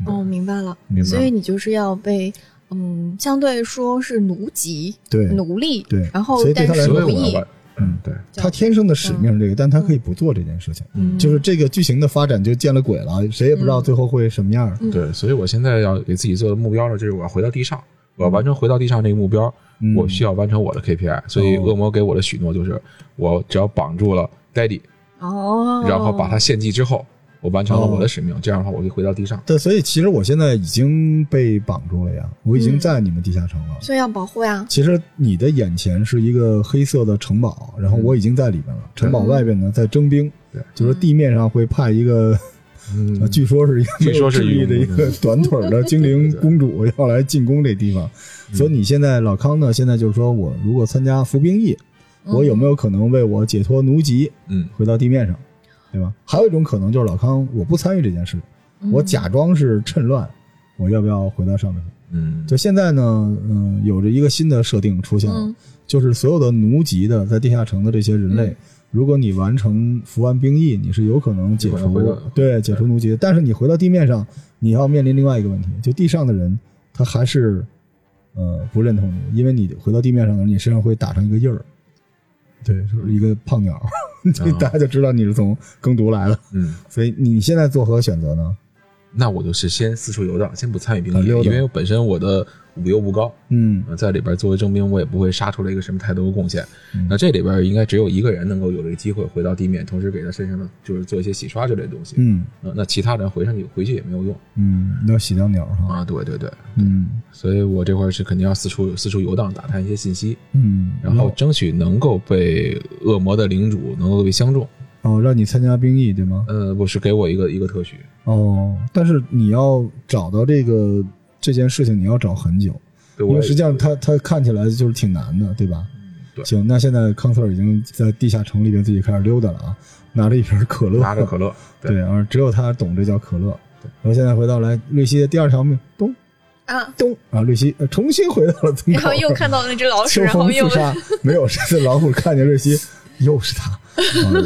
Speaker 4: 哦，明白了。
Speaker 2: 明白
Speaker 4: 所以你就是要被，嗯，相对说是奴籍、
Speaker 2: 对，
Speaker 4: 奴隶，
Speaker 2: 对
Speaker 4: 然后
Speaker 2: 所以对
Speaker 4: 但
Speaker 2: 他来
Speaker 4: 是
Speaker 2: 说
Speaker 3: 啊所以
Speaker 4: 奴
Speaker 3: 我
Speaker 4: 役
Speaker 3: 要把，嗯，对，
Speaker 2: 他天生的使命是这个，但他可以不做这件事情。
Speaker 3: 嗯
Speaker 2: 就是这个剧情的发展就见了鬼了，谁也不知道最后会什么样儿。
Speaker 4: 嗯
Speaker 3: 对，所以我现在要给自己做的目标呢，就是我要回到地上，我要完成回到地上这个目标，
Speaker 2: 嗯
Speaker 3: 我需要完成我的 KPI。所以
Speaker 2: 哦
Speaker 3: 恶魔给我的许诺就是，我只要绑住了 Daddy，
Speaker 4: 哦，
Speaker 3: 然后把他献祭之后，我完成了我的使
Speaker 2: 哦
Speaker 3: 命，这样的话我就回到地上。
Speaker 2: 对，所以其实我现在已经被绑住了呀，我已
Speaker 3: 嗯
Speaker 2: 经在你们地下城了。
Speaker 4: 所以要保护呀。
Speaker 2: 其实你的眼前是一个黑色的城堡，然后我已经在里面了。城堡外边呢在征兵
Speaker 3: 嗯对，
Speaker 2: 就是地面上会派一个，
Speaker 3: 嗯
Speaker 2: 据说是一个
Speaker 3: 据说是
Speaker 2: 没有智力的一
Speaker 3: 一 [LAUGHS]
Speaker 2: 个
Speaker 3: 个
Speaker 2: 短腿儿的精灵公主要来进攻这地方。
Speaker 3: 嗯
Speaker 2: 所以你现在老康呢，现在就是说我如果参加服兵役，我有没有可能为我解脱奴籍
Speaker 3: 嗯，
Speaker 2: 回到地面上，对吧？还有一种可能就是老康我不参与这件事，我
Speaker 4: 嗯
Speaker 2: 假装是趁乱，我要不要回到上面去？
Speaker 3: 嗯，
Speaker 2: 就现在呢，嗯、有着一个新的设定出现了，
Speaker 4: 嗯
Speaker 2: 就是所有的奴籍的在地下城的这些人类，如果你完成服完兵役，你是有可能解
Speaker 3: 有可能回
Speaker 2: 除
Speaker 3: 到
Speaker 2: 对解除奴籍的，但是你回到地面上，你要面临另外一个问题，就地上的人他还是呃不认同你，因为你回到地面上的人，你身上会打上一个印儿，对，就是一个胖
Speaker 3: [LAUGHS]
Speaker 2: 鸟，所
Speaker 3: 啊
Speaker 2: 以大家就知道你是从耕读来的，
Speaker 3: 嗯，
Speaker 2: 所以你现在做何选择呢？
Speaker 3: 那我就是先四处游荡，先不参与兵
Speaker 2: 啊
Speaker 3: 役，
Speaker 2: 溜
Speaker 3: 因
Speaker 2: 达
Speaker 3: 为本身我的武力又不高，
Speaker 2: 嗯
Speaker 3: 呃在里边作为征兵，我也不会杀出来一个什么太多的贡献。
Speaker 2: 嗯
Speaker 3: 那这里边应该只有一个人能够有这个机会回到地面，同时给他身上的就是做一些洗刷之类的东西。
Speaker 2: 嗯
Speaker 3: 呃那其他人回上去回去也没有用
Speaker 2: 嗯，你要洗掉鸟哈，
Speaker 3: 啊！对对对，
Speaker 2: 嗯
Speaker 3: 所以我这块是肯定要四处四处游荡，打探一些信息，
Speaker 2: 嗯，
Speaker 3: 然后争取能够被恶魔的领主能够被相中。
Speaker 2: 哦，让你参加兵役对吗？
Speaker 3: 呃，不是给我一个一个特许，
Speaker 2: 哦，但是你要找到这个这件事情，你要找很久，
Speaker 3: 对
Speaker 2: 因
Speaker 3: 我
Speaker 2: 为实际上它它看起来就是挺难的，对吧？
Speaker 3: 对
Speaker 2: 行，那现在康 Sir 已经在地下城里边自己开始溜达了啊，拿着一瓶可乐，
Speaker 3: 拿着
Speaker 2: [LAUGHS]
Speaker 3: 可乐，
Speaker 2: 对，而只有他懂这叫可乐。
Speaker 3: 对
Speaker 2: 然后现在回到来，瑞希的第二条命，咚
Speaker 4: 啊，
Speaker 2: 咚啊，瑞希、呃重新回到了村口，
Speaker 4: 然后又看到那只老鼠，
Speaker 2: [LAUGHS] 秋
Speaker 4: 然后
Speaker 2: 风
Speaker 4: 又
Speaker 2: 自杀，没有这次老虎看见瑞希，又是他，啊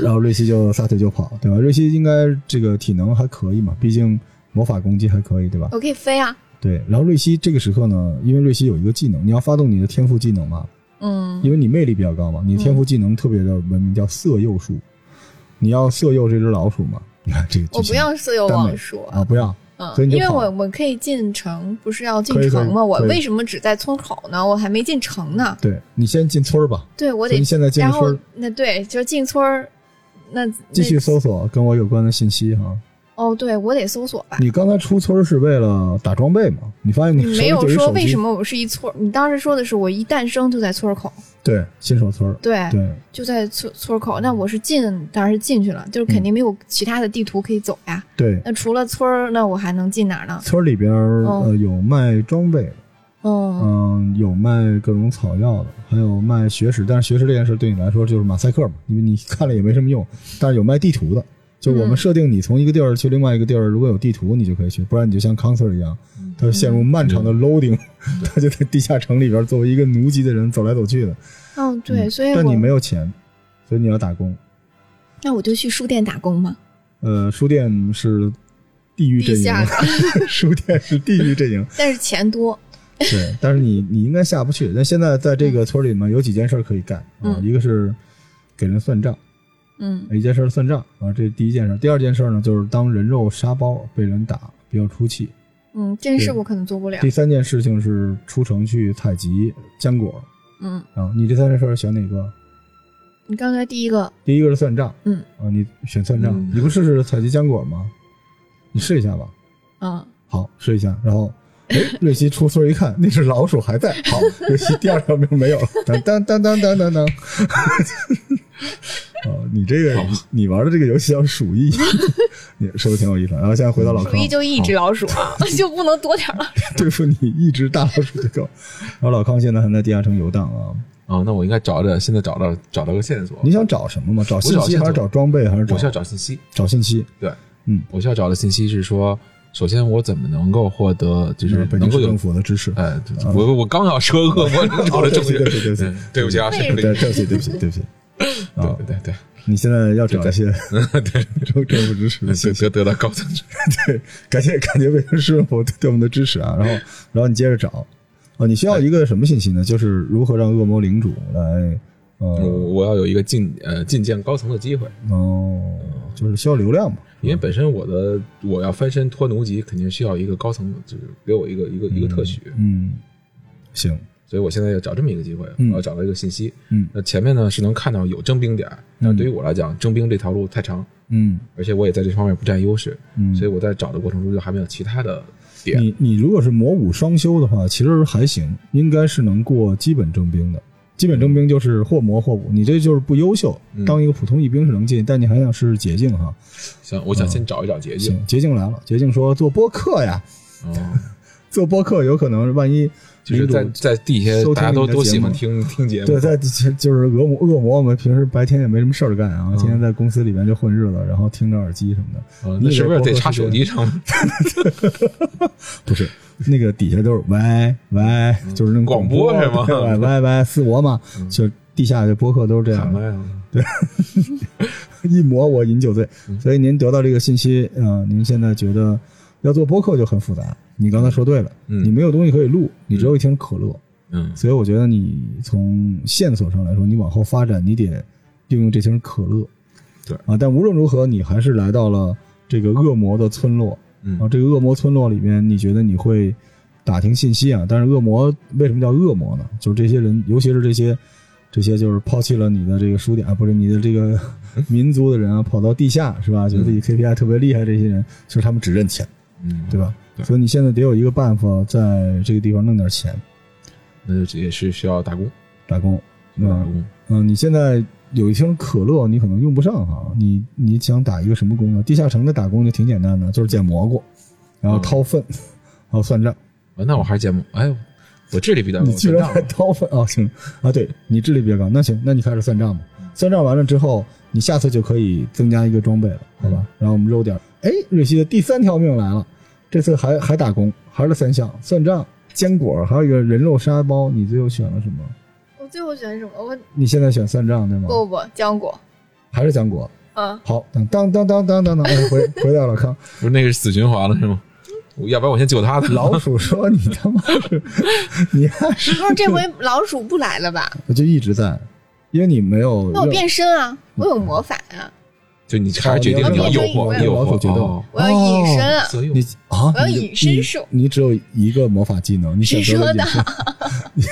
Speaker 2: 然后瑞希就撒腿就跑，对吧？瑞希应该这个体能还可以嘛，毕竟魔法攻击还可以，对吧？
Speaker 4: 我可以飞啊。
Speaker 2: 对，然后瑞希这个时刻呢，因为瑞希有一个技能，你要发动你的天赋技能嘛，
Speaker 4: 嗯，
Speaker 2: 因为你魅力比较高嘛，你的天赋技能特别的文明，叫色诱术，你要色诱这只老鼠嘛？你看这个剧情
Speaker 4: 我不要色诱
Speaker 2: 耽美
Speaker 4: 网鼠，
Speaker 2: 啊，不要，
Speaker 4: 嗯
Speaker 2: 所以，你就
Speaker 4: 因为
Speaker 2: 跑
Speaker 4: 我我可以进城，不是要进
Speaker 2: 可以可以
Speaker 4: 城吗？我
Speaker 2: 可以
Speaker 4: 为什么只在村口呢？我还没进城呢。
Speaker 2: 对你先进村儿吧，
Speaker 4: 对，我
Speaker 2: 所以
Speaker 4: 得
Speaker 2: 你现在进
Speaker 4: 然
Speaker 2: 了
Speaker 4: 后
Speaker 2: 村儿，
Speaker 4: 那对，就进村儿，那
Speaker 2: 继续
Speaker 4: 那
Speaker 2: 搜索跟我有关的信息哈。
Speaker 4: 哦，对我得搜索吧。
Speaker 2: 你刚才出村是为了打装备吗？你发现你手里
Speaker 4: 没有
Speaker 2: 就一
Speaker 4: 说
Speaker 2: 手
Speaker 4: 为
Speaker 2: 机
Speaker 4: 什么我是一村儿，你当时说的是我一诞生就在村儿口，
Speaker 2: 对新手村儿
Speaker 4: 对，
Speaker 2: 对
Speaker 4: 就在村村儿口。那我是进，当然是进去了，就
Speaker 2: 嗯
Speaker 4: 是肯定没有其他的地图可以走呀。
Speaker 2: 对
Speaker 4: 那除了村儿，那我还能进哪儿呢？
Speaker 2: 村儿里边儿
Speaker 4: 哦
Speaker 2: 呃有卖装备的，
Speaker 4: 嗯，
Speaker 2: 嗯，有卖各种草药的，还有卖学识，但是学识这件事对你来说就是马赛克嘛，因为你看了也没什么用。但是有卖地图的，就我们
Speaker 4: 嗯
Speaker 2: 设定你从一个地儿去另外一个地儿，如果有地图你就可以去，不然你就像康 Sir 一样，
Speaker 4: 嗯
Speaker 2: 他陷入漫长的 loading，、他就在地下城里边作为一个奴籍的人走来走去的。
Speaker 4: 嗯，对，
Speaker 2: 嗯
Speaker 4: 所以我
Speaker 2: 但你没有钱，所以你要打工。
Speaker 4: 那我就去书店打工嘛。
Speaker 2: 呃，书店是地狱阵
Speaker 4: 地
Speaker 2: 营啊
Speaker 4: 下，
Speaker 2: [LAUGHS] 书店是地狱阵营。
Speaker 4: [LAUGHS] 但是钱多，
Speaker 2: 对，但是你你应该下不去。但现在在这个村里面有几件事儿可以干啊，
Speaker 4: 嗯
Speaker 2: 一个是给人算账，
Speaker 4: 嗯
Speaker 2: 一件事儿算账啊，这是第一件事儿。第二件事儿呢，就是当人肉沙包被人打，比较出气。
Speaker 4: 嗯，这件事
Speaker 2: 对
Speaker 4: 我可能做不了
Speaker 2: 第。三件事情是出城去采集浆果
Speaker 4: 嗯，
Speaker 2: 啊。你这三件事儿选哪个？
Speaker 4: 你刚才第一个，
Speaker 2: 第一个是算账，
Speaker 4: 嗯
Speaker 2: 啊，你选算账，
Speaker 3: 嗯
Speaker 2: 你不试试采集浆果吗？你试一下吧。
Speaker 4: 嗯，
Speaker 2: 好，试一下。然后，哎，瑞希出村一看， [LAUGHS] 那只老鼠还在。好，瑞希第二条命没有了。当当当当当当当。 [LAUGHS] 哦，你这个
Speaker 3: 好吧
Speaker 2: 你玩的这个游戏叫鼠疫， [LAUGHS] 你说的挺有意思的。然后现在回到老康，
Speaker 4: 厨
Speaker 2: [LAUGHS]
Speaker 4: 艺就一只老鼠啊， [LAUGHS] 就不能多点儿了。 [LAUGHS]
Speaker 2: 好对付你一只大老鼠就够。然后老康现在还在地下城游荡啊。
Speaker 3: 啊，那我应该找找，现在找到找到个线索，
Speaker 2: 你想找什么吗？找信
Speaker 3: 我找
Speaker 2: 息
Speaker 3: 线索
Speaker 2: 还是找装备还是
Speaker 3: 我需要
Speaker 2: 找
Speaker 3: 找信息。
Speaker 2: 找信息？
Speaker 3: 对，
Speaker 2: 嗯，
Speaker 3: 我需要找的信息是说，首先我怎么能够获得，就
Speaker 2: 就是
Speaker 3: 是
Speaker 2: 北京
Speaker 3: 嗯能够
Speaker 2: 市
Speaker 3: 有
Speaker 2: 政，府的支持。
Speaker 3: 呃，我我刚要说恶魔能找的证据，
Speaker 2: 哦对对对对
Speaker 3: 嗯对不起啊，是这
Speaker 2: 对
Speaker 4: 为
Speaker 3: 个
Speaker 2: 对不起对不起对不起。
Speaker 3: 对
Speaker 2: 啊，
Speaker 3: 对对
Speaker 2: 你现在要找一些
Speaker 3: 对 [LAUGHS] 对，
Speaker 2: 政政府支持的信息。
Speaker 3: 得得到高层指
Speaker 2: 对， [LAUGHS] 感谢感谢卫生师傅对我们的支持啊。然后，然后你接着找，啊，你需要一个什么信息呢？就是如何让恶魔领主来，
Speaker 3: 我
Speaker 2: 呃，
Speaker 3: 我要有一个进呃进见高层的机会，
Speaker 2: 哦，就是需要流量嘛。
Speaker 3: 因为本身我的我要翻身脱奴籍，肯定需要一个高层，就是给我一个一个一个特许，
Speaker 2: 嗯，行，
Speaker 3: 所以我现在要找这么一个机会，
Speaker 2: 嗯
Speaker 3: 我要找到一个信息。
Speaker 2: 嗯
Speaker 3: 那前面呢是能看到有征兵点儿，但对于我来讲，征兵这条路太长，
Speaker 2: 嗯
Speaker 3: 而且我也在这方面不占优势，
Speaker 2: 嗯，
Speaker 3: 所以我在找的过程中就还没有其他的点。
Speaker 2: 你你如果是魔武双修的话，其实还行，应该是能过基本征兵的。基本征兵就是或魔或武，你这就是不优秀，
Speaker 3: 嗯
Speaker 2: 当一个普通一兵是能进，但你还想试试捷径哈。
Speaker 3: 想我想先找一找捷径
Speaker 2: 行，，捷径来了，捷径说做播客呀，
Speaker 3: 哦，
Speaker 2: 做播客有可能万嗯一
Speaker 3: 就是
Speaker 2: 领主
Speaker 3: 在在地下
Speaker 2: 收听
Speaker 3: 大家都
Speaker 2: 你的
Speaker 3: 都
Speaker 2: 节
Speaker 3: 喜欢
Speaker 2: 目
Speaker 3: 听听节目，
Speaker 2: 对，在就是恶魔恶魔，我们平时白天也没什么事儿干啊，天天在公司里面就混日子，然后听着耳机什么的，
Speaker 3: 嗯那是不是得插手机上？
Speaker 2: 不是 [LAUGHS] 那个底下都是喂喂，就是
Speaker 3: 嗯
Speaker 2: 那种
Speaker 3: 广播
Speaker 2: 播
Speaker 3: 是吗嗯
Speaker 2: 对喂喂喂，是我吗？就地下的播客都是这
Speaker 3: 喊
Speaker 2: 样
Speaker 3: 麦
Speaker 2: 的，
Speaker 3: 啊？
Speaker 2: 一磨我饮酒醉。
Speaker 3: 嗯
Speaker 2: 所以您得到这个信息，呃，您现在觉得要做播客就很复杂。你刚才说对了，
Speaker 3: 嗯
Speaker 2: 你没有东西可以录，你只有一听可乐。
Speaker 3: 嗯，
Speaker 2: 所以我觉得你从线索上来说，你往后发展，你得利用这瓶可乐。
Speaker 3: 对
Speaker 2: 啊，但无论如何，你还是来到了这个恶魔的村落。
Speaker 3: 嗯
Speaker 2: 啊，这个恶魔村落里面，你觉得你会打听信息啊？但是恶魔为什么叫恶魔呢？就是这些人，尤其是这些这些就是抛弃了你的这个书店啊，不是你的
Speaker 3: [LAUGHS]
Speaker 2: 这个民族的人啊，跑到地下是吧？觉得自己 KPI 特别厉害，这些人就是他们只认钱，
Speaker 3: 嗯，
Speaker 2: 对吧？
Speaker 3: 对
Speaker 2: 所以你现在得有一个办法，在这个地方弄点钱
Speaker 3: 那就也是需要打工，
Speaker 2: 打工。
Speaker 3: 打
Speaker 2: 嗯，
Speaker 3: 工。
Speaker 2: 嗯，你现在有一听可乐，你可能用不上哈。你你想打一个什么工呢？啊地下城的打工就挺简单的，就是捡蘑菇，然后
Speaker 3: 嗯
Speaker 2: 掏粪， [LAUGHS] 然后算账。
Speaker 3: 啊，那我还是节目，哎，我智力比较
Speaker 2: 你
Speaker 3: 有
Speaker 2: 居
Speaker 3: 成
Speaker 2: 然
Speaker 3: 长
Speaker 2: 还掏粪啊？ [LAUGHS] 行啊，对你智力比较高，那行，那你开始算账吧。算账完了之后，你下次就可以增加一个装备了，好吧？然后我们揉点儿。哎，瑞希的第三条命来了，这次还还打工，还是三项：算账、坚果，还有一个人肉沙包。你最后选了什么？
Speaker 4: 我最后选什么？我
Speaker 2: 你现在选算账对吗？
Speaker 4: 不不浆果，
Speaker 2: 还是坚果？ [LAUGHS]
Speaker 4: 嗯，
Speaker 2: 好，当当当当当当当，哎回回到老康。
Speaker 3: 不是那个是死循环了是吗？我要不然我先救他的。
Speaker 2: 老鼠说：“你他妈是，你还是
Speaker 4: 不是这回老鼠不来了
Speaker 2: [LAUGHS]
Speaker 4: 吧？
Speaker 2: 我就一直在，因为你没有
Speaker 4: 那我变身啊，我有魔法啊，
Speaker 3: 就你还是决定
Speaker 2: 啊
Speaker 3: 你要诱惑，
Speaker 4: 我
Speaker 3: 你诱
Speaker 2: 老鼠
Speaker 3: 惑
Speaker 2: 决斗
Speaker 3: 哦，
Speaker 4: 我要隐身
Speaker 2: 哦
Speaker 4: 啊。
Speaker 3: 色诱
Speaker 2: 你啊，
Speaker 4: 我要
Speaker 2: 你就
Speaker 4: 隐身术
Speaker 2: 你，你只有一个魔法技能，你选择了隐身，你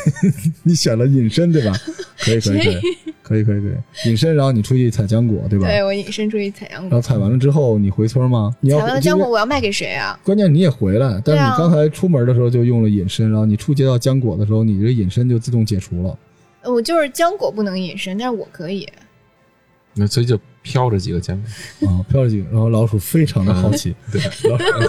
Speaker 2: 你选了隐身对吧？可以可以可以，可以可以可以，隐身，然后你出去采浆果，对吧？
Speaker 4: 对我引申出去采阳
Speaker 2: 然后
Speaker 4: 果，
Speaker 2: 采完了之后，你回村吗？呃你
Speaker 4: 采
Speaker 2: 要
Speaker 4: 完了
Speaker 2: 这
Speaker 4: 浆
Speaker 2: 个
Speaker 4: 果我要卖给谁啊？
Speaker 2: 关键你也回来，但
Speaker 4: 对
Speaker 2: 是
Speaker 4: 啊
Speaker 2: 你刚才出门的时候就用了隐身，然后你触及到浆果的时候，你这隐身就自动解除了。
Speaker 4: 我就是浆果不能隐身，但是我可 [LAUGHS] 以。
Speaker 3: 那所以就飘着几个肩膀，
Speaker 2: 啊，飘着几个，然后老鼠非常的好奇。
Speaker 3: 对，
Speaker 2: [LAUGHS] 老鼠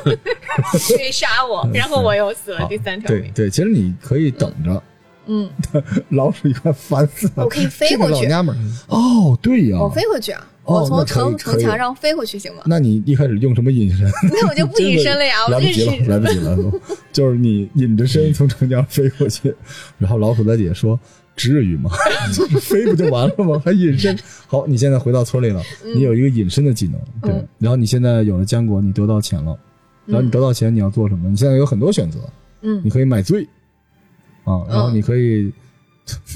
Speaker 4: 可以杀我，然后我又死了
Speaker 2: 嗯好
Speaker 4: 呃第三条
Speaker 2: 对
Speaker 4: 命。
Speaker 2: 对，其实你可以等着，
Speaker 4: 嗯，
Speaker 2: [LAUGHS] 老鼠一看烦死了，
Speaker 4: 我可以飞
Speaker 2: 这个
Speaker 4: 过去
Speaker 2: 老娘们儿，哦，对呀、
Speaker 4: 我飞回去啊，
Speaker 2: 哦
Speaker 4: 我
Speaker 2: 那
Speaker 4: 从
Speaker 2: 可以可
Speaker 4: 城城
Speaker 2: 以
Speaker 4: 墙上飞回去行吗？
Speaker 2: 那你一开始用什么隐身？
Speaker 4: 那我就不隐身
Speaker 2: [LAUGHS]
Speaker 4: 了呀，
Speaker 2: 来
Speaker 4: 我
Speaker 2: 不
Speaker 4: 就
Speaker 2: 及
Speaker 4: 是
Speaker 2: 了，来不及了，都就是你隐着身从城墙飞过去，然后老鼠大姐说：“至于吗？就是飞不就完了吗？还隐身？好，你现在回到村里了，你有一个隐身的技能，对。
Speaker 4: 嗯
Speaker 2: 然后你现在有了浆果，你得到钱了，然后你得到钱你要做什么？你现在有很多选择，
Speaker 4: 嗯
Speaker 2: 你可以买醉啊，然后
Speaker 4: 嗯
Speaker 2: 你可以 [LAUGHS]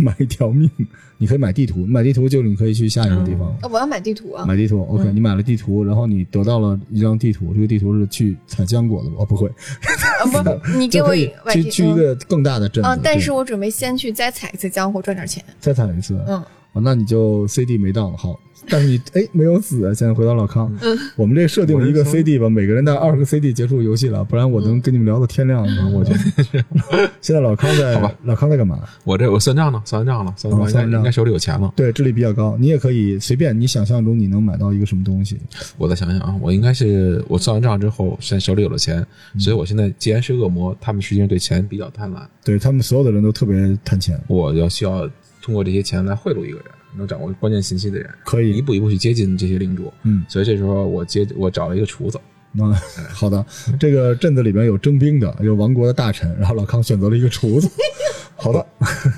Speaker 2: 买一条命，你可以买地图，买地图就是你可以去下一个地方。
Speaker 4: 呃我要买地图啊。
Speaker 2: 买地图，OK，、
Speaker 4: 嗯
Speaker 2: 你买了地图，然后你得到了一张地图，这个地图是去采浆果的吗？哦，不会，
Speaker 4: 啊不，你给
Speaker 2: 就
Speaker 4: 我
Speaker 2: 可以
Speaker 4: 买
Speaker 2: 去
Speaker 4: 地
Speaker 2: 去一
Speaker 4: 嗯
Speaker 2: 个更大的镇子。
Speaker 4: 啊，但
Speaker 2: 对
Speaker 4: 是我准备先去再采一次浆果赚点钱。
Speaker 2: 再踩一次，
Speaker 4: 嗯，
Speaker 2: 哦，那你就 CD 没到好，但是你哎没有死，现在回到老康，
Speaker 4: 嗯
Speaker 2: 我们这设定一
Speaker 3: 我
Speaker 2: 个
Speaker 3: 是从
Speaker 2: CD 吧，每个人带二十个 CD 结束游戏了，不然我
Speaker 4: 嗯
Speaker 2: 能跟你们聊到天亮。我觉得 [LAUGHS] 现在老康
Speaker 3: 好
Speaker 2: 在
Speaker 3: 吧
Speaker 2: 老康在干嘛？
Speaker 3: 我这我算账呢，算完账了，算完
Speaker 2: 哦
Speaker 3: 账
Speaker 2: 算
Speaker 3: 应该
Speaker 2: 账
Speaker 3: 应该手里有钱了。
Speaker 2: 对，智力比较高，你也可以随便你想象中你能买到一个什么东西。
Speaker 3: 我再想想啊，我应该是我算完账之后，现在手里有了钱，
Speaker 2: 嗯
Speaker 3: 所以我现在既然是恶魔，他们实际上对钱比较贪婪，
Speaker 2: 对他们所有的人都特别贪钱，
Speaker 3: 我要需要通过这些钱来贿赂一个人，能掌握关键信息的人，
Speaker 2: 可以
Speaker 3: 一步一步去接近这些领主。
Speaker 2: 嗯，
Speaker 3: 所以这时候我接我找了一个厨子， [LAUGHS]
Speaker 2: 啊，好的，这个镇子里边有征兵的，有亡国的大臣，然后老康选择了一个厨
Speaker 3: [LAUGHS]
Speaker 2: 子。好的，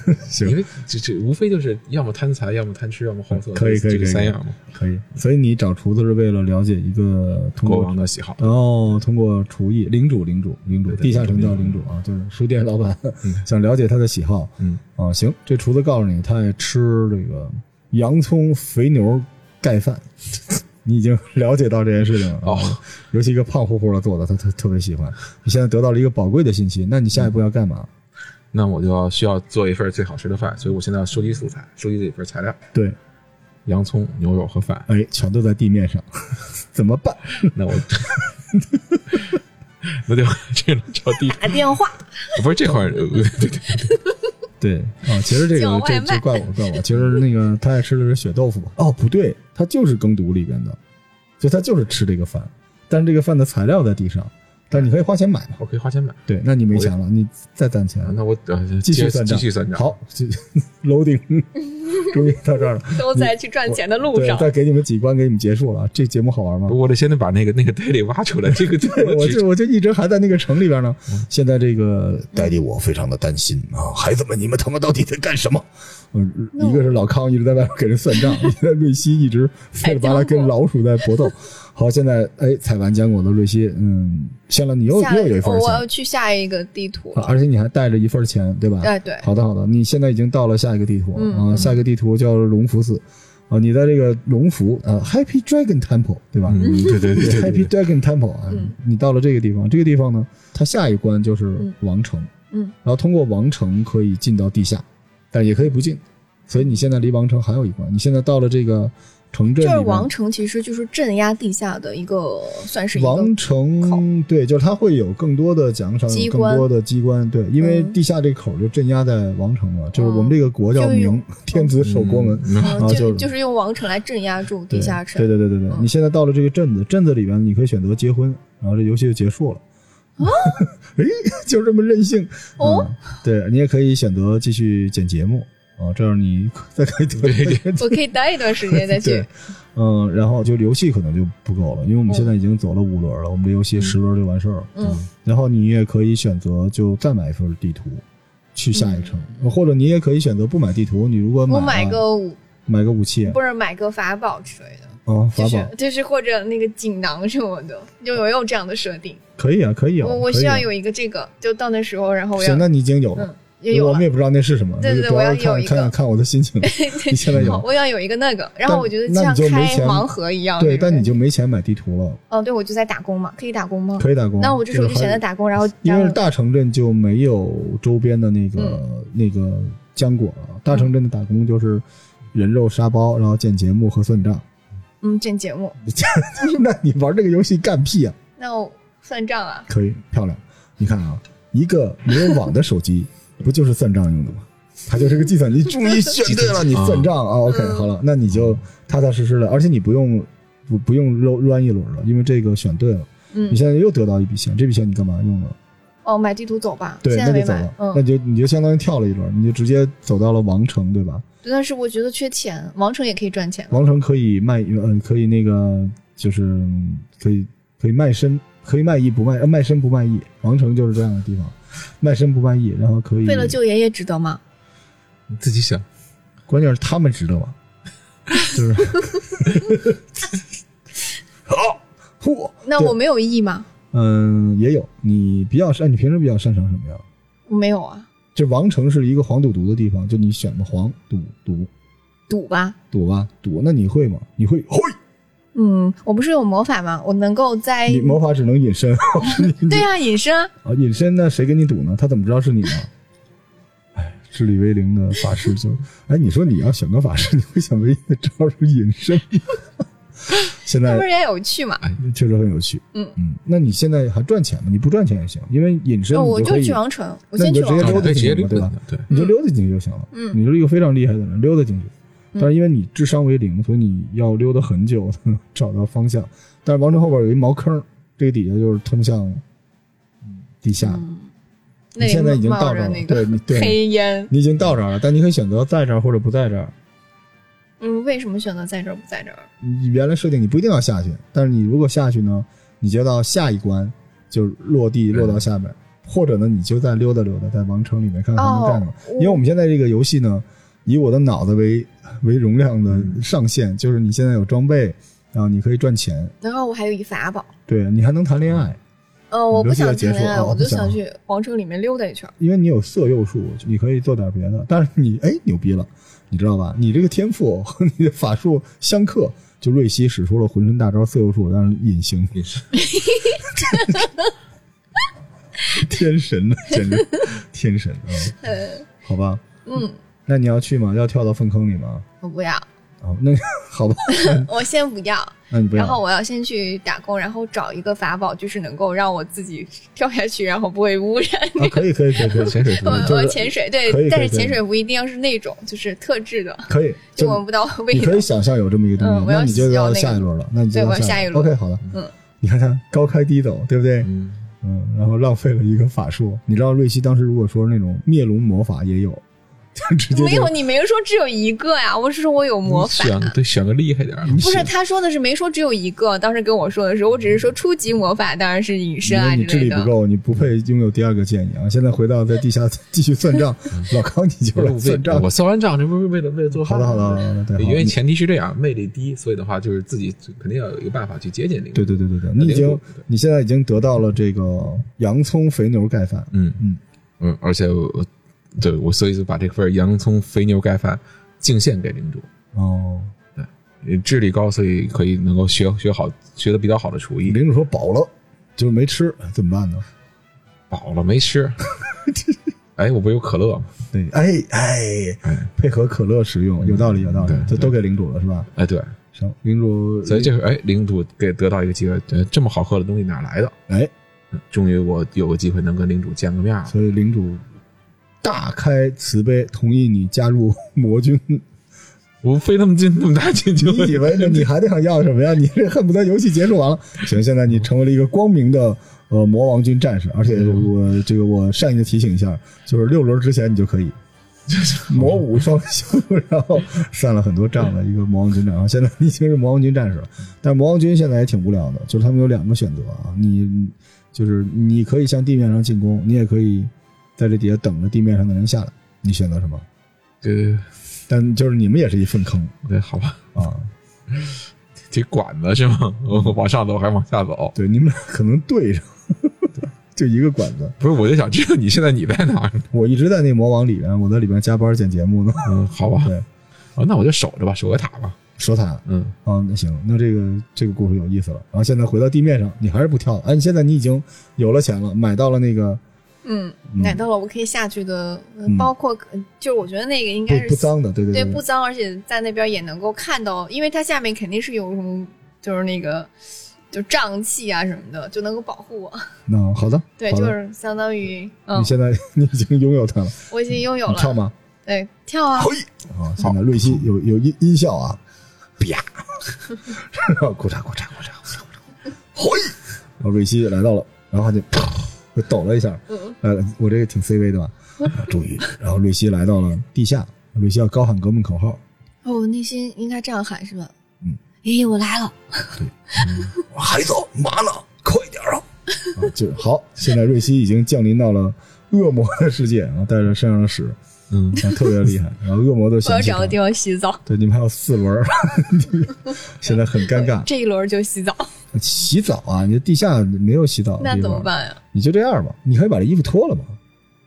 Speaker 3: 因
Speaker 2: 行，
Speaker 3: 为这这无非就是要么贪财，要么贪吃，要么好色，
Speaker 2: 可以可
Speaker 3: 这
Speaker 2: 以可
Speaker 3: 这
Speaker 2: 以
Speaker 3: 三样嘛。
Speaker 2: 可以。所以你找厨子是为了了解一个通
Speaker 3: 国
Speaker 2: 过
Speaker 3: 王的喜好，
Speaker 2: 然后通过厨艺，领主领主领主，
Speaker 3: 对对
Speaker 2: 地下城叫领主啊，就是书店老板， [LAUGHS] 想了解他的喜好
Speaker 3: 嗯，
Speaker 2: 啊。行，这厨子告诉你，他爱吃这个洋葱肥牛盖饭， [LAUGHS] 你已经了解到这件事情了啊
Speaker 3: 哦
Speaker 2: 尤其一个胖乎乎的做的，他他特别喜欢。你现在得到了一个宝贵的信息，那你下一步要干嘛？
Speaker 3: 嗯那我就要需要做一份最好吃的饭，所以我现在要收集素材，收集这份材料，
Speaker 2: 对，
Speaker 3: 洋葱、牛肉和饭。 [LAUGHS]
Speaker 2: 哎，全都在地面上， [LAUGHS] 怎么办？
Speaker 3: 那我， [LAUGHS] 那就这个找地，
Speaker 4: 打电话，
Speaker 3: 不是这块儿，呃对对，
Speaker 2: 对啊，其实这
Speaker 4: 叫
Speaker 2: 个
Speaker 4: 外
Speaker 2: 这
Speaker 4: 卖
Speaker 2: 这怪我怪我，其实那个他爱吃的是血豆腐。哦，不对，他就是耕读里边的，所以他就是吃这个饭，但是这个饭的材料在地上，但是你可以花钱买嘛。
Speaker 3: 我可以花钱买。
Speaker 2: 对，那你没钱了，你再攒钱，
Speaker 3: 那我呃
Speaker 2: 继续
Speaker 3: 接
Speaker 2: 算
Speaker 3: 继
Speaker 2: 账，
Speaker 3: 续算账。，
Speaker 2: 好，继 [LAUGHS] loading，终于到这儿了。
Speaker 4: 都在去赚钱的路
Speaker 2: 嗯对，
Speaker 4: 上。
Speaker 2: 再给你们几关，给你们结束了。啊这节目好玩吗？
Speaker 3: 我得先得把那个那个袋里挖出来，这个这
Speaker 2: 对，
Speaker 3: 个
Speaker 2: [LAUGHS] 我
Speaker 3: 取
Speaker 2: 就我就一直还在那个城里边呢。现在这个
Speaker 1: 戴蒂我非常的担心啊，孩子们，你们他妈到底在干什么？
Speaker 2: 嗯，一个是老康一直在外面给人算账，一个瑞希一
Speaker 4: [LAUGHS]
Speaker 2: 直费了巴
Speaker 4: 哎
Speaker 2: 拉跟老鼠在搏斗。好，现在哎，采完浆果的瑞希，嗯，下了你又
Speaker 4: 下
Speaker 2: 又有一份
Speaker 4: 我我要
Speaker 2: 钱，
Speaker 4: 去下一个地图
Speaker 2: 啊
Speaker 4: 了。
Speaker 2: 而且你还带着一份钱，对吧？
Speaker 4: 哎，对，
Speaker 2: 好的，好的，你现在已经到了下一个地图
Speaker 4: 嗯
Speaker 2: 啊，下一个地图叫龙福寺啊，你在这个龙福啊 Happy Dragon Temple 对吧？
Speaker 3: 嗯，对对对对
Speaker 2: Happy
Speaker 3: 对，
Speaker 2: Dragon Temple 啊
Speaker 4: 嗯，
Speaker 2: 你到了这个地方，这个地方呢，它下一关就是王城，
Speaker 4: 嗯嗯
Speaker 2: 然后通过王城可以进到地下，但也可以不进，所以你现在离王城还有一关，你现在到了这个城镇
Speaker 4: 就是
Speaker 2: 里面，
Speaker 4: 王城其实就是镇压地下的一个，算是一个
Speaker 2: 王
Speaker 4: 口
Speaker 2: 城对，就是它会有更多的奖赏，
Speaker 4: 机
Speaker 2: 有更
Speaker 4: 关
Speaker 2: 多的机关，对，因为
Speaker 4: 嗯
Speaker 2: 地下这口就镇压在王城了，就是
Speaker 4: 嗯
Speaker 2: 我们这个国叫
Speaker 4: 就有哦
Speaker 2: 明， [LAUGHS] 天子守国门，
Speaker 3: 嗯
Speaker 4: 嗯
Speaker 2: 啊
Speaker 4: 就
Speaker 2: 就是
Speaker 4: 就是用王城来镇压住
Speaker 2: 对
Speaker 4: 地下城。
Speaker 2: 对对对对对，
Speaker 4: 嗯
Speaker 2: 你现在到了这个镇子，镇子里边你可以选择结婚，然后这游戏就结束了。 [LAUGHS] 哎，就这么任性
Speaker 4: 哦
Speaker 2: 嗯对你也可以选择继续剪节目啊，这样你再可以得
Speaker 3: 对对
Speaker 4: 我可以待一段时间再去
Speaker 2: 对。，嗯，然后就游戏可能就不够了，因为我们现在已经走了五轮了，我们这游戏十轮就完事儿了。
Speaker 4: 嗯，
Speaker 2: 然后你也可以选择就再买一份地图，去下一城，或者你也可以选择不买地图，你如果买啊
Speaker 4: 嗯我
Speaker 2: 了
Speaker 4: 买个武，
Speaker 2: 买个武器啊
Speaker 4: 不是买个法宝之类的，，
Speaker 2: 法
Speaker 4: 就
Speaker 2: 宝
Speaker 4: 是就是或者那个锦囊什么的，就有有这样的设定。
Speaker 2: 可以啊，可以啊，
Speaker 4: 我我
Speaker 2: 可以
Speaker 4: 需要
Speaker 2: 啊
Speaker 4: 有一个这个，就到那时候，然后我要
Speaker 2: 行，那你已经有了
Speaker 4: 嗯。也有
Speaker 2: 我
Speaker 4: 了
Speaker 2: 们。也不知道那是什么，
Speaker 4: 对对对
Speaker 2: 就主
Speaker 4: 我
Speaker 2: 要
Speaker 4: 要有
Speaker 2: 是看
Speaker 4: 一个
Speaker 2: 看看看我的心
Speaker 4: [LAUGHS]
Speaker 2: 情。你现在有
Speaker 4: 好，我要有一个那个，然后我觉得
Speaker 2: 那
Speaker 4: 像
Speaker 2: 你就
Speaker 4: 开
Speaker 2: 没钱
Speaker 4: 盲盒一样。
Speaker 2: 对，
Speaker 4: 那种
Speaker 2: 但你
Speaker 4: 感觉
Speaker 2: 就没钱买地图了，
Speaker 4: 哦，对，我就在打工嘛，可以打工吗？
Speaker 2: 可以打啊工。
Speaker 4: 那我这时候就选择，打工，然后
Speaker 2: 因为
Speaker 4: 然
Speaker 2: 是
Speaker 4: 后
Speaker 2: 大城镇就
Speaker 4: 嗯
Speaker 2: 没有周边的那个那个浆果了。大城镇的打工就是人肉沙包，然后建节目和算账。 [LAUGHS]
Speaker 4: 嗯，这节目，
Speaker 2: 那你玩这个游戏干屁啊？
Speaker 4: 那我算账啊，
Speaker 2: 可以，漂亮。你看啊，一个没有网的手机，不就是算账 [LAUGHS] 用的吗？它就是个计算机。终于选对了，你算账啊！OK，好了，那你就踏踏实实的，而且你不用不不用乱乱一轮了，因为这个选对了。
Speaker 4: 嗯
Speaker 2: 你，现在又得到一笔钱，这笔钱你干嘛用啊了？
Speaker 4: 哦，买地图走吧，
Speaker 2: 对，那
Speaker 4: 现在
Speaker 2: 就
Speaker 4: 没
Speaker 2: 走
Speaker 4: 买
Speaker 2: 了，，那
Speaker 4: 嗯，
Speaker 2: 就你就相当于跳了一轮，你就直接走到了王城，对吧？
Speaker 4: 对但是我觉得缺钱，王城也可以赚钱，
Speaker 2: 王城可以卖，嗯、可以那个就是嗯可以可以卖身，可以卖艺不卖，呃，卖身不卖艺。王城就是这样的地方，卖身不卖艺，然后可以
Speaker 4: 为了救爷爷值得吗？
Speaker 3: 你自己想。
Speaker 2: 关键是他们值得吗？ [LAUGHS] 就是好，嚯，
Speaker 4: 那
Speaker 2: 对
Speaker 4: 我没有意义吗？
Speaker 2: 嗯，也有你比较擅，你平时比较擅长什么呀？
Speaker 4: 我没有啊，
Speaker 2: 这王城是一个黄赌毒的地方，就你选吧，黄赌毒
Speaker 4: 赌吧。
Speaker 2: 赌吧赌，那你会吗？你会会？
Speaker 4: 嗯，我不是有魔法吗？我能够在
Speaker 2: 你魔法只能隐身，你
Speaker 4: 对啊，隐身啊，
Speaker 2: 啊，隐身那谁跟你赌呢？他怎么知道是你呢？ [LAUGHS] 哎，智力为零的法师就，哎，你说你要选个法师，你会想唯一的招是隐身吗？ [LAUGHS] 现
Speaker 4: 那
Speaker 2: 在
Speaker 4: 不是也有趣嘛？
Speaker 2: 确实很有趣，
Speaker 4: 嗯
Speaker 2: 嗯，那你现在还赚钱吗？你不赚钱也行，因为隐身
Speaker 4: 那哦我
Speaker 2: 你可
Speaker 4: 就
Speaker 2: 以，
Speaker 4: 去王城，我
Speaker 2: 那
Speaker 4: 先
Speaker 2: 你
Speaker 4: 去
Speaker 2: 就直
Speaker 4: 王
Speaker 2: 接
Speaker 3: 啊
Speaker 4: 城。
Speaker 2: 溜达
Speaker 3: 可以直
Speaker 2: 进
Speaker 3: 接溜
Speaker 2: 去嘛，对吧
Speaker 3: 达？对，
Speaker 2: 你就溜达进去就行了。
Speaker 4: 嗯
Speaker 2: 你是一个非常厉害的人，溜达进去。但是因为你智商为零，所以你要溜达很久才能找到方向。但是王城后边有一茅坑，这个底下就是通向嗯地下的。
Speaker 4: 那
Speaker 2: 你现在已经到
Speaker 4: 冒
Speaker 2: 这儿
Speaker 4: 着
Speaker 2: 了，
Speaker 4: 那
Speaker 2: 对，
Speaker 4: 个
Speaker 2: 你对，
Speaker 4: 黑烟。
Speaker 2: 你已经到这儿了，但你可以选择在这儿或者不在这儿。
Speaker 4: 嗯，为什么选择在这儿不在这儿？
Speaker 2: 你原来设定你不一定要下去，但是你如果下去呢，你就到下一关就落地落到下面，或者呢你就再溜达溜达，在王城里面看看他们干嘛。
Speaker 4: 哦
Speaker 2: 因为我们嗯现在这个游戏呢，以我的脑子为为容量的上限，就是你现在有装备，然后你可以赚钱，
Speaker 4: 然后我还有一法宝。
Speaker 2: 对你还能谈恋爱，
Speaker 4: 嗯，我不想谈恋
Speaker 2: 你留下来结
Speaker 4: 爱，
Speaker 2: 束啊
Speaker 4: 我就
Speaker 2: 不想
Speaker 4: 想去王城里面溜达一圈。
Speaker 2: 因为你有色诱术，你可以做点别的。但是你哎牛逼了，你知道吧？你这个天赋 [LAUGHS] 和你的法术相克，就瑞希使出了浑身大招色诱术，让人隐形
Speaker 3: 也是。
Speaker 2: 天神呢，简直天神啊、
Speaker 4: 呃，
Speaker 2: 好吧，
Speaker 4: 嗯，
Speaker 2: 那你要去吗？要跳到粪坑里吗？
Speaker 4: 我不要，
Speaker 2: 啊，那 [LAUGHS] 好吧，
Speaker 4: 我先不要。
Speaker 2: 那你不要。
Speaker 4: 然后我要先去打工，然后找一个法宝，就是能够让我自己跳下去， [LAUGHS] 然后不会污染。
Speaker 2: 啊，可以可以可以可以，
Speaker 3: 潜水服
Speaker 4: [LAUGHS] 我
Speaker 3: 嗯
Speaker 2: 就
Speaker 4: 我
Speaker 2: 是
Speaker 4: 潜水
Speaker 2: 可以
Speaker 4: 对，但是
Speaker 2: 可以
Speaker 4: 潜水服一定要是那种就是特制的，
Speaker 2: 可以，
Speaker 4: 就
Speaker 2: 就
Speaker 4: 闻不到味
Speaker 2: 你
Speaker 4: 道
Speaker 2: 可以。想象有这么一个东
Speaker 4: 嗯
Speaker 2: 西，
Speaker 4: 我要
Speaker 2: 那你就
Speaker 4: 要那
Speaker 2: 到
Speaker 4: 个
Speaker 2: 下一轮了，那你就
Speaker 4: 对
Speaker 2: 到
Speaker 4: 我要
Speaker 2: 下
Speaker 4: 下一
Speaker 2: 轮。
Speaker 4: 轮
Speaker 2: OK，好的，
Speaker 4: 嗯，
Speaker 2: 你看他高开低走，对不对？嗯，然后浪费了一个法术。你知道瑞希当时如果说是那种灭龙魔法也有，就直接就
Speaker 4: 没有，你没说只有一个呀？我是说我有魔法。
Speaker 3: 选对选个厉害点儿的，
Speaker 2: 不
Speaker 4: 不是，他说的是没说只有一个，当时跟我说的是，我只是说初级魔法当然是隐身
Speaker 2: 因
Speaker 4: 啊
Speaker 2: 为你
Speaker 4: 之
Speaker 2: 智
Speaker 4: 类
Speaker 2: 力不
Speaker 4: 的。
Speaker 2: 够，你不配拥有第二个建议啊！现在回到在地下继续算账，
Speaker 3: 嗯
Speaker 2: [LAUGHS] 老康你就来算账
Speaker 3: 我。算完账，这不是为了为了做
Speaker 2: 好
Speaker 3: 饭
Speaker 2: 的
Speaker 3: 吗？
Speaker 2: 好的好嗯的，对，
Speaker 3: 对，
Speaker 2: 好
Speaker 3: 因为
Speaker 2: 你
Speaker 3: 前提是这样，魅力低，所以的话就是自己肯定要有一个办法去接近零。
Speaker 2: 对对对对对，你已
Speaker 3: 那
Speaker 2: 经
Speaker 3: 得对
Speaker 2: 你现在已经得到了这个洋葱肥牛盖饭，
Speaker 3: 嗯
Speaker 2: 嗯
Speaker 3: 嗯，而且我我对我所以就把这份洋葱肥牛盖饭敬献给领主。
Speaker 2: 哦，
Speaker 3: 呃智力高，所以可以能够学学好，学的比较好的厨艺。
Speaker 2: 领主说饱了，就是没吃，怎么办呢？
Speaker 3: 饱了没
Speaker 2: [LAUGHS]
Speaker 3: 吃，哎，我不是有可乐吗？
Speaker 2: 对，哎哎
Speaker 3: 哎，
Speaker 2: 配合可乐食用，有道理有道理
Speaker 3: 嗯对，
Speaker 2: 这
Speaker 3: 对
Speaker 2: 都给领主了是吧？
Speaker 3: 哎，对，
Speaker 2: 行，领主，
Speaker 3: 所以这是哎，领主给得到一个机会，呃这么好喝的东西哪儿来的？
Speaker 2: 哎，
Speaker 3: 嗯终于我有个机会能跟领主见个面了。
Speaker 2: 所以领主大开慈悲，同意你加入魔军。
Speaker 3: 我费那么劲那么大劲 [LAUGHS] 就
Speaker 2: 你以为呢？你还得想要什么呀？你这恨不得游戏结束完了。行，现在你成为了一个光明的呃魔王军战士，而且我这个我善意的提醒一下，就是六轮之前你就可以。魔武双修， [LAUGHS] 然后算了很多账的一个魔王军战士，然后现在你已经是魔王军战士了。但魔王军现在也挺无聊的，就是他们有两个选择啊，你就是你可以向地面上进攻，你也可以在这底下等着地面上的人下来，你选择什么？
Speaker 3: 对对
Speaker 2: 但就是你们也是一粪坑
Speaker 3: 对，好吧，
Speaker 2: 啊，
Speaker 3: 这管子是吗？我 [LAUGHS] 往上走还是往下走？
Speaker 2: 对，你们俩可能对上， [LAUGHS] 就一个管子。
Speaker 3: 不是，我就想知道你现在你在哪儿？
Speaker 2: 我一直在那魔网里边，我在里边加班剪节目呢。 [LAUGHS]
Speaker 3: 嗯， [LAUGHS] 好吧，
Speaker 2: 对，
Speaker 3: 哦，那我就守着吧，守个塔吧。
Speaker 2: 守塔。
Speaker 3: 嗯，
Speaker 2: 哦，那行，那这个这个故事有意思了。然后现在回到地面上，你还是不跳了。哎，你现在你已经有了钱了，买到了那个
Speaker 4: 嗯，奶酪了，我可以下去的，呃
Speaker 2: 嗯
Speaker 4: 包括呃就是我觉得那个应该
Speaker 2: 不
Speaker 4: 是
Speaker 2: 不脏的，对对嗯
Speaker 4: 对
Speaker 2: 对
Speaker 4: 不脏，而且在那边也能够看到，因为它下面肯定是有什么，就是那个就瘴气啊什么的，就能够保护我。
Speaker 2: 那好的，
Speaker 4: 对，
Speaker 2: 好
Speaker 4: 就
Speaker 2: 的
Speaker 4: 是相当于嗯
Speaker 2: 你，现在你已经拥有它了，
Speaker 4: 我已经拥有
Speaker 2: 你跳
Speaker 4: 了。
Speaker 2: 吗？
Speaker 4: 对，跳啊！
Speaker 2: 啊，现在瑞希有有音音效啊，
Speaker 4: [LAUGHS]
Speaker 2: 啪，然后咕嚓咕嚓咕嚓咕嚓咕嚓，嘿，然后瑞希来到了，然后他就啪就抖了一下，
Speaker 4: 嗯，
Speaker 2: 呃，我这个挺 CV 的吧？啊终于，然后瑞希来到了地下，瑞希要高喊革命口号，啊
Speaker 4: 哦，我内心应该这样喊是吧？
Speaker 2: 嗯，
Speaker 4: 咦，我来了！
Speaker 1: 还走嘛呢？快点啊！
Speaker 2: 啊，就是好，现在瑞希已经降临到了恶魔的世界，然后带着身上的屎，
Speaker 3: 嗯，
Speaker 2: 啊，特别厉害，然后恶魔都
Speaker 4: 我要
Speaker 2: 想
Speaker 4: 找个地方洗澡，
Speaker 2: 对，你们还有四轮儿， [LAUGHS] 现在很尴尬。
Speaker 4: 这一轮就洗澡，
Speaker 2: 洗澡啊，你地下没有洗澡的
Speaker 4: 那
Speaker 2: 地
Speaker 4: 怎么
Speaker 2: 方？
Speaker 4: 办呀？
Speaker 2: 你就这样吧，你可以把这衣服脱了吧，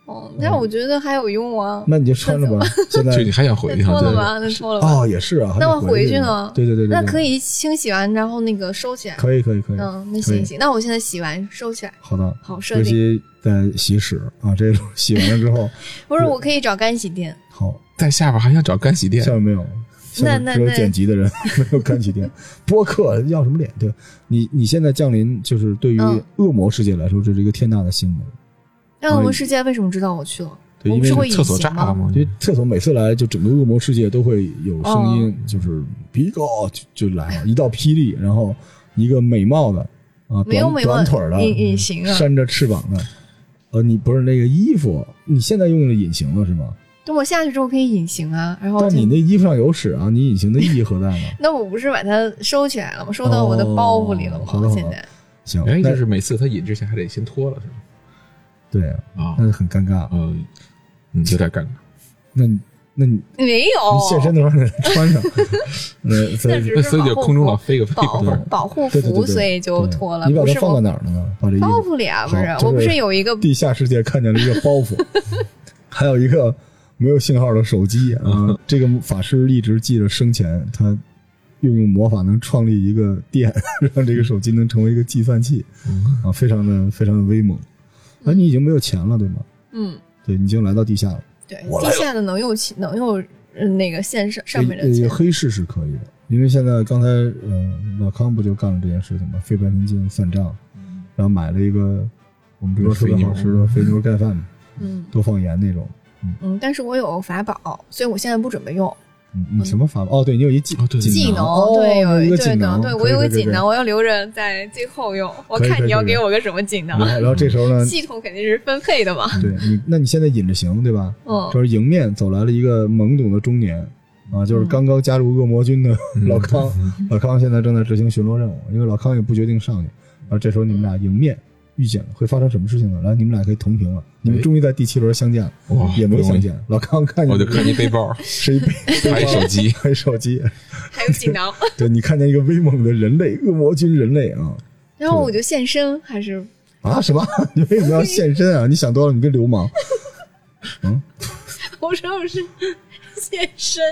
Speaker 4: 哦，但我觉得还有用啊。
Speaker 2: 哦那你就穿着吧。现在
Speaker 3: 就你还想回
Speaker 4: 那
Speaker 3: 去
Speaker 4: 脱
Speaker 3: 啊？
Speaker 4: 了
Speaker 3: 对
Speaker 4: 吧，那脱了吧。
Speaker 2: 哦，也是啊，
Speaker 4: 那
Speaker 2: 还
Speaker 4: 我
Speaker 2: 得回
Speaker 4: 回去呢
Speaker 2: 对对对对，
Speaker 4: 那
Speaker 2: 对
Speaker 4: 可，以清洗完，然后那个收起来。
Speaker 2: 可以可以可以。
Speaker 4: 嗯，那
Speaker 2: 可以
Speaker 4: 行行，那我现在洗完收起来。
Speaker 2: 好的，
Speaker 4: 好设
Speaker 2: 尤
Speaker 4: 定，
Speaker 2: 其在洗屎啊，这种洗完了之后，
Speaker 4: 不是我可以找干洗店。
Speaker 2: 好，
Speaker 3: 在下边还想找干洗店
Speaker 2: 下，面没有，下
Speaker 4: 那
Speaker 2: 面
Speaker 4: 那
Speaker 2: 只有
Speaker 4: 那
Speaker 2: 剪辑的人，没有干洗店。播客要什么脸？对你，你现在降临，就是对于
Speaker 4: 嗯
Speaker 2: 恶魔世界来说，这是一个天大的新闻。
Speaker 4: 那我们世界为什么知道我去了？
Speaker 2: 对
Speaker 4: 我
Speaker 2: 因
Speaker 4: 们
Speaker 2: 为
Speaker 4: 是会
Speaker 3: 厕
Speaker 4: 隐
Speaker 3: 所炸
Speaker 4: 形
Speaker 3: 了
Speaker 4: 吗？
Speaker 3: 吗？
Speaker 2: 因为厕所每次来，就整个恶魔世界都会有
Speaker 4: 哦
Speaker 2: 声音，就是皮哥就就来了，一道霹雳，然后一个美貌的啊，
Speaker 4: 没有
Speaker 2: 短
Speaker 4: 没有
Speaker 2: 短腿儿的，
Speaker 4: 隐隐形啊
Speaker 2: 扇着翅膀的，呃，你不是那个衣服，你现在用的隐形了是吗？
Speaker 4: 等我下去之后可以隐形啊，然后
Speaker 2: 但
Speaker 4: 就
Speaker 2: 你那衣服上有屎啊，你隐形的意义何
Speaker 4: [LAUGHS]
Speaker 2: 在呢？
Speaker 4: 那我不是把它收起来了吗？收到我的包袱里了
Speaker 2: 哦好的
Speaker 4: 吗？
Speaker 2: 好的
Speaker 4: 现在
Speaker 2: 行，
Speaker 3: 哎，
Speaker 2: 那
Speaker 3: 就是每次他引之前还得先脱了，是吗？
Speaker 2: 对啊，
Speaker 3: 啊，
Speaker 2: 那很尴尬。
Speaker 3: 呃，嗯，有点尴尬。
Speaker 2: 那你那你
Speaker 4: 没有
Speaker 2: 你现身的时候你穿
Speaker 4: [LAUGHS]
Speaker 2: 上，呃，所
Speaker 4: 哦那
Speaker 2: 以
Speaker 4: 只
Speaker 3: 那
Speaker 4: 是
Speaker 3: 所以
Speaker 4: 保
Speaker 3: 就
Speaker 4: 护
Speaker 3: 空中
Speaker 4: 服
Speaker 3: 老飞个飞
Speaker 4: 保
Speaker 3: 过
Speaker 4: 护
Speaker 3: 来，
Speaker 4: 保护
Speaker 2: 对对对
Speaker 4: 服，
Speaker 2: 对
Speaker 4: 所以就
Speaker 2: 对
Speaker 4: 脱了。
Speaker 2: 你把
Speaker 4: 不
Speaker 2: 它
Speaker 4: 是
Speaker 2: 放到
Speaker 4: 我
Speaker 2: 哪儿了呢？把这衣
Speaker 4: 包
Speaker 2: 服
Speaker 4: 袱里啊，不
Speaker 2: 好
Speaker 4: 是
Speaker 2: 这
Speaker 4: 我不
Speaker 2: 个
Speaker 4: 是有一个
Speaker 2: 地下世界看见了一个包
Speaker 4: [LAUGHS]
Speaker 2: 袱，还有一个没有信号的手机
Speaker 4: [LAUGHS]
Speaker 2: 啊。这个法师一直记着生前他运用魔法能创立一个店， [LAUGHS] 让这个手机能成为一个计算器
Speaker 4: 嗯
Speaker 2: 啊，非常的非常的威猛。哎，你已经没有钱了对吗？
Speaker 4: 嗯，
Speaker 2: 对，你已经来到地下了。
Speaker 4: 对，
Speaker 1: 我
Speaker 4: 地
Speaker 1: 来
Speaker 4: 下的能用起能用呃那个线上上面的
Speaker 2: 呃
Speaker 4: 钱
Speaker 2: 呃，黑市是可以的，因为现在刚才呃老康不就干了这件事情吗？费半天劲算账，然后买了一个我们不是说特别好吃的肥牛盖饭嘛，
Speaker 4: 嗯
Speaker 2: 多放盐那种。
Speaker 4: 嗯，但是我有法宝，所以我现在不准备用
Speaker 2: 嗯，你什么法宝？哦，对你有一技
Speaker 3: 哦对对
Speaker 4: 技能，
Speaker 2: 哦
Speaker 4: 对，
Speaker 2: 有
Speaker 4: 有
Speaker 2: 一个
Speaker 4: 对
Speaker 2: 技
Speaker 4: 的，
Speaker 2: 能，
Speaker 4: 对
Speaker 2: 可以
Speaker 4: 我有
Speaker 2: 可
Speaker 4: 个
Speaker 2: 以
Speaker 4: 技
Speaker 2: 可以
Speaker 4: 能，我要留着在最后用。我
Speaker 2: 可以
Speaker 4: 看
Speaker 2: 可以
Speaker 4: 你要
Speaker 2: 可以
Speaker 4: 给我个什么技
Speaker 2: 然后
Speaker 4: 能，
Speaker 2: 然后这时候呢，
Speaker 4: [LAUGHS] 系统肯定是分
Speaker 2: [LAUGHS]
Speaker 4: 配的嘛。
Speaker 2: 对你，那你现在引着行对吧？
Speaker 4: 嗯
Speaker 2: 就是迎面走来了一个懵懂的中年。啊，就是刚刚加入恶魔军的
Speaker 3: 嗯
Speaker 2: 老康， [LAUGHS] 老康现在正在执行巡逻任务，因为老康也不决定上去。然后这时候你们俩迎面遇见了，会发生什么事情呢？来，你们俩可以同屏了，你们终于在第七轮相见了，
Speaker 3: 哎哇
Speaker 2: 也没相
Speaker 3: 不
Speaker 2: 见。老康看见
Speaker 3: 我就看见背包，
Speaker 4: [LAUGHS]
Speaker 2: 是
Speaker 3: [LAUGHS]
Speaker 2: 一背背包
Speaker 3: 还有手机，
Speaker 2: 还有手机，
Speaker 4: 还有
Speaker 2: [LAUGHS]
Speaker 4: 技能，
Speaker 2: 对你看见一个威猛的人类，恶魔军人类啊
Speaker 4: 然后我就现身，还是
Speaker 2: 啊什么？ [LAUGHS] 你为什么要现身啊？你想多了，你别流氓。
Speaker 4: [LAUGHS] 我说我是现身，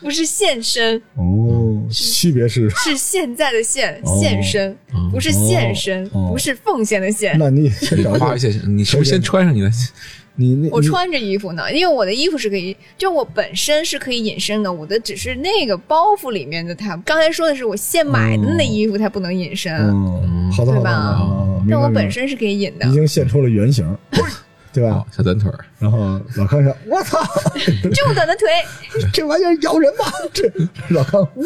Speaker 4: 不是现身，
Speaker 2: 哦，
Speaker 3: 嗯
Speaker 2: 区别是，
Speaker 4: 是现在的现
Speaker 2: 哦
Speaker 4: 现身，不是现身，
Speaker 2: 哦
Speaker 4: 不是奉献的献。
Speaker 2: [LAUGHS] 那你先
Speaker 3: 你
Speaker 2: 找
Speaker 3: 夸
Speaker 2: 找
Speaker 3: 一下，你是不是先穿上你的？
Speaker 2: 你那
Speaker 4: 我
Speaker 2: 你
Speaker 4: 穿着衣服呢，因为我的衣服是可以，就我本身是可以隐身的，我的只是那个包袱里面的它。刚才说的是我现买的
Speaker 2: 哦
Speaker 4: 那衣服，它不能隐身，
Speaker 2: 嗯，
Speaker 3: 嗯
Speaker 2: 好的好
Speaker 4: 对
Speaker 2: 的
Speaker 4: 吧
Speaker 2: 好的好的，好的
Speaker 4: 但我
Speaker 2: 明白
Speaker 4: 本身是可以隐的
Speaker 2: 明白已。经现出了
Speaker 3: [LAUGHS]
Speaker 2: 原形，对吧
Speaker 3: 哦？，小短腿儿，
Speaker 2: 然后老康想，我
Speaker 3: [LAUGHS]
Speaker 2: 操，
Speaker 4: 就
Speaker 2: [LAUGHS]
Speaker 4: 短的腿，
Speaker 2: 这玩意儿咬人吧？这老康，我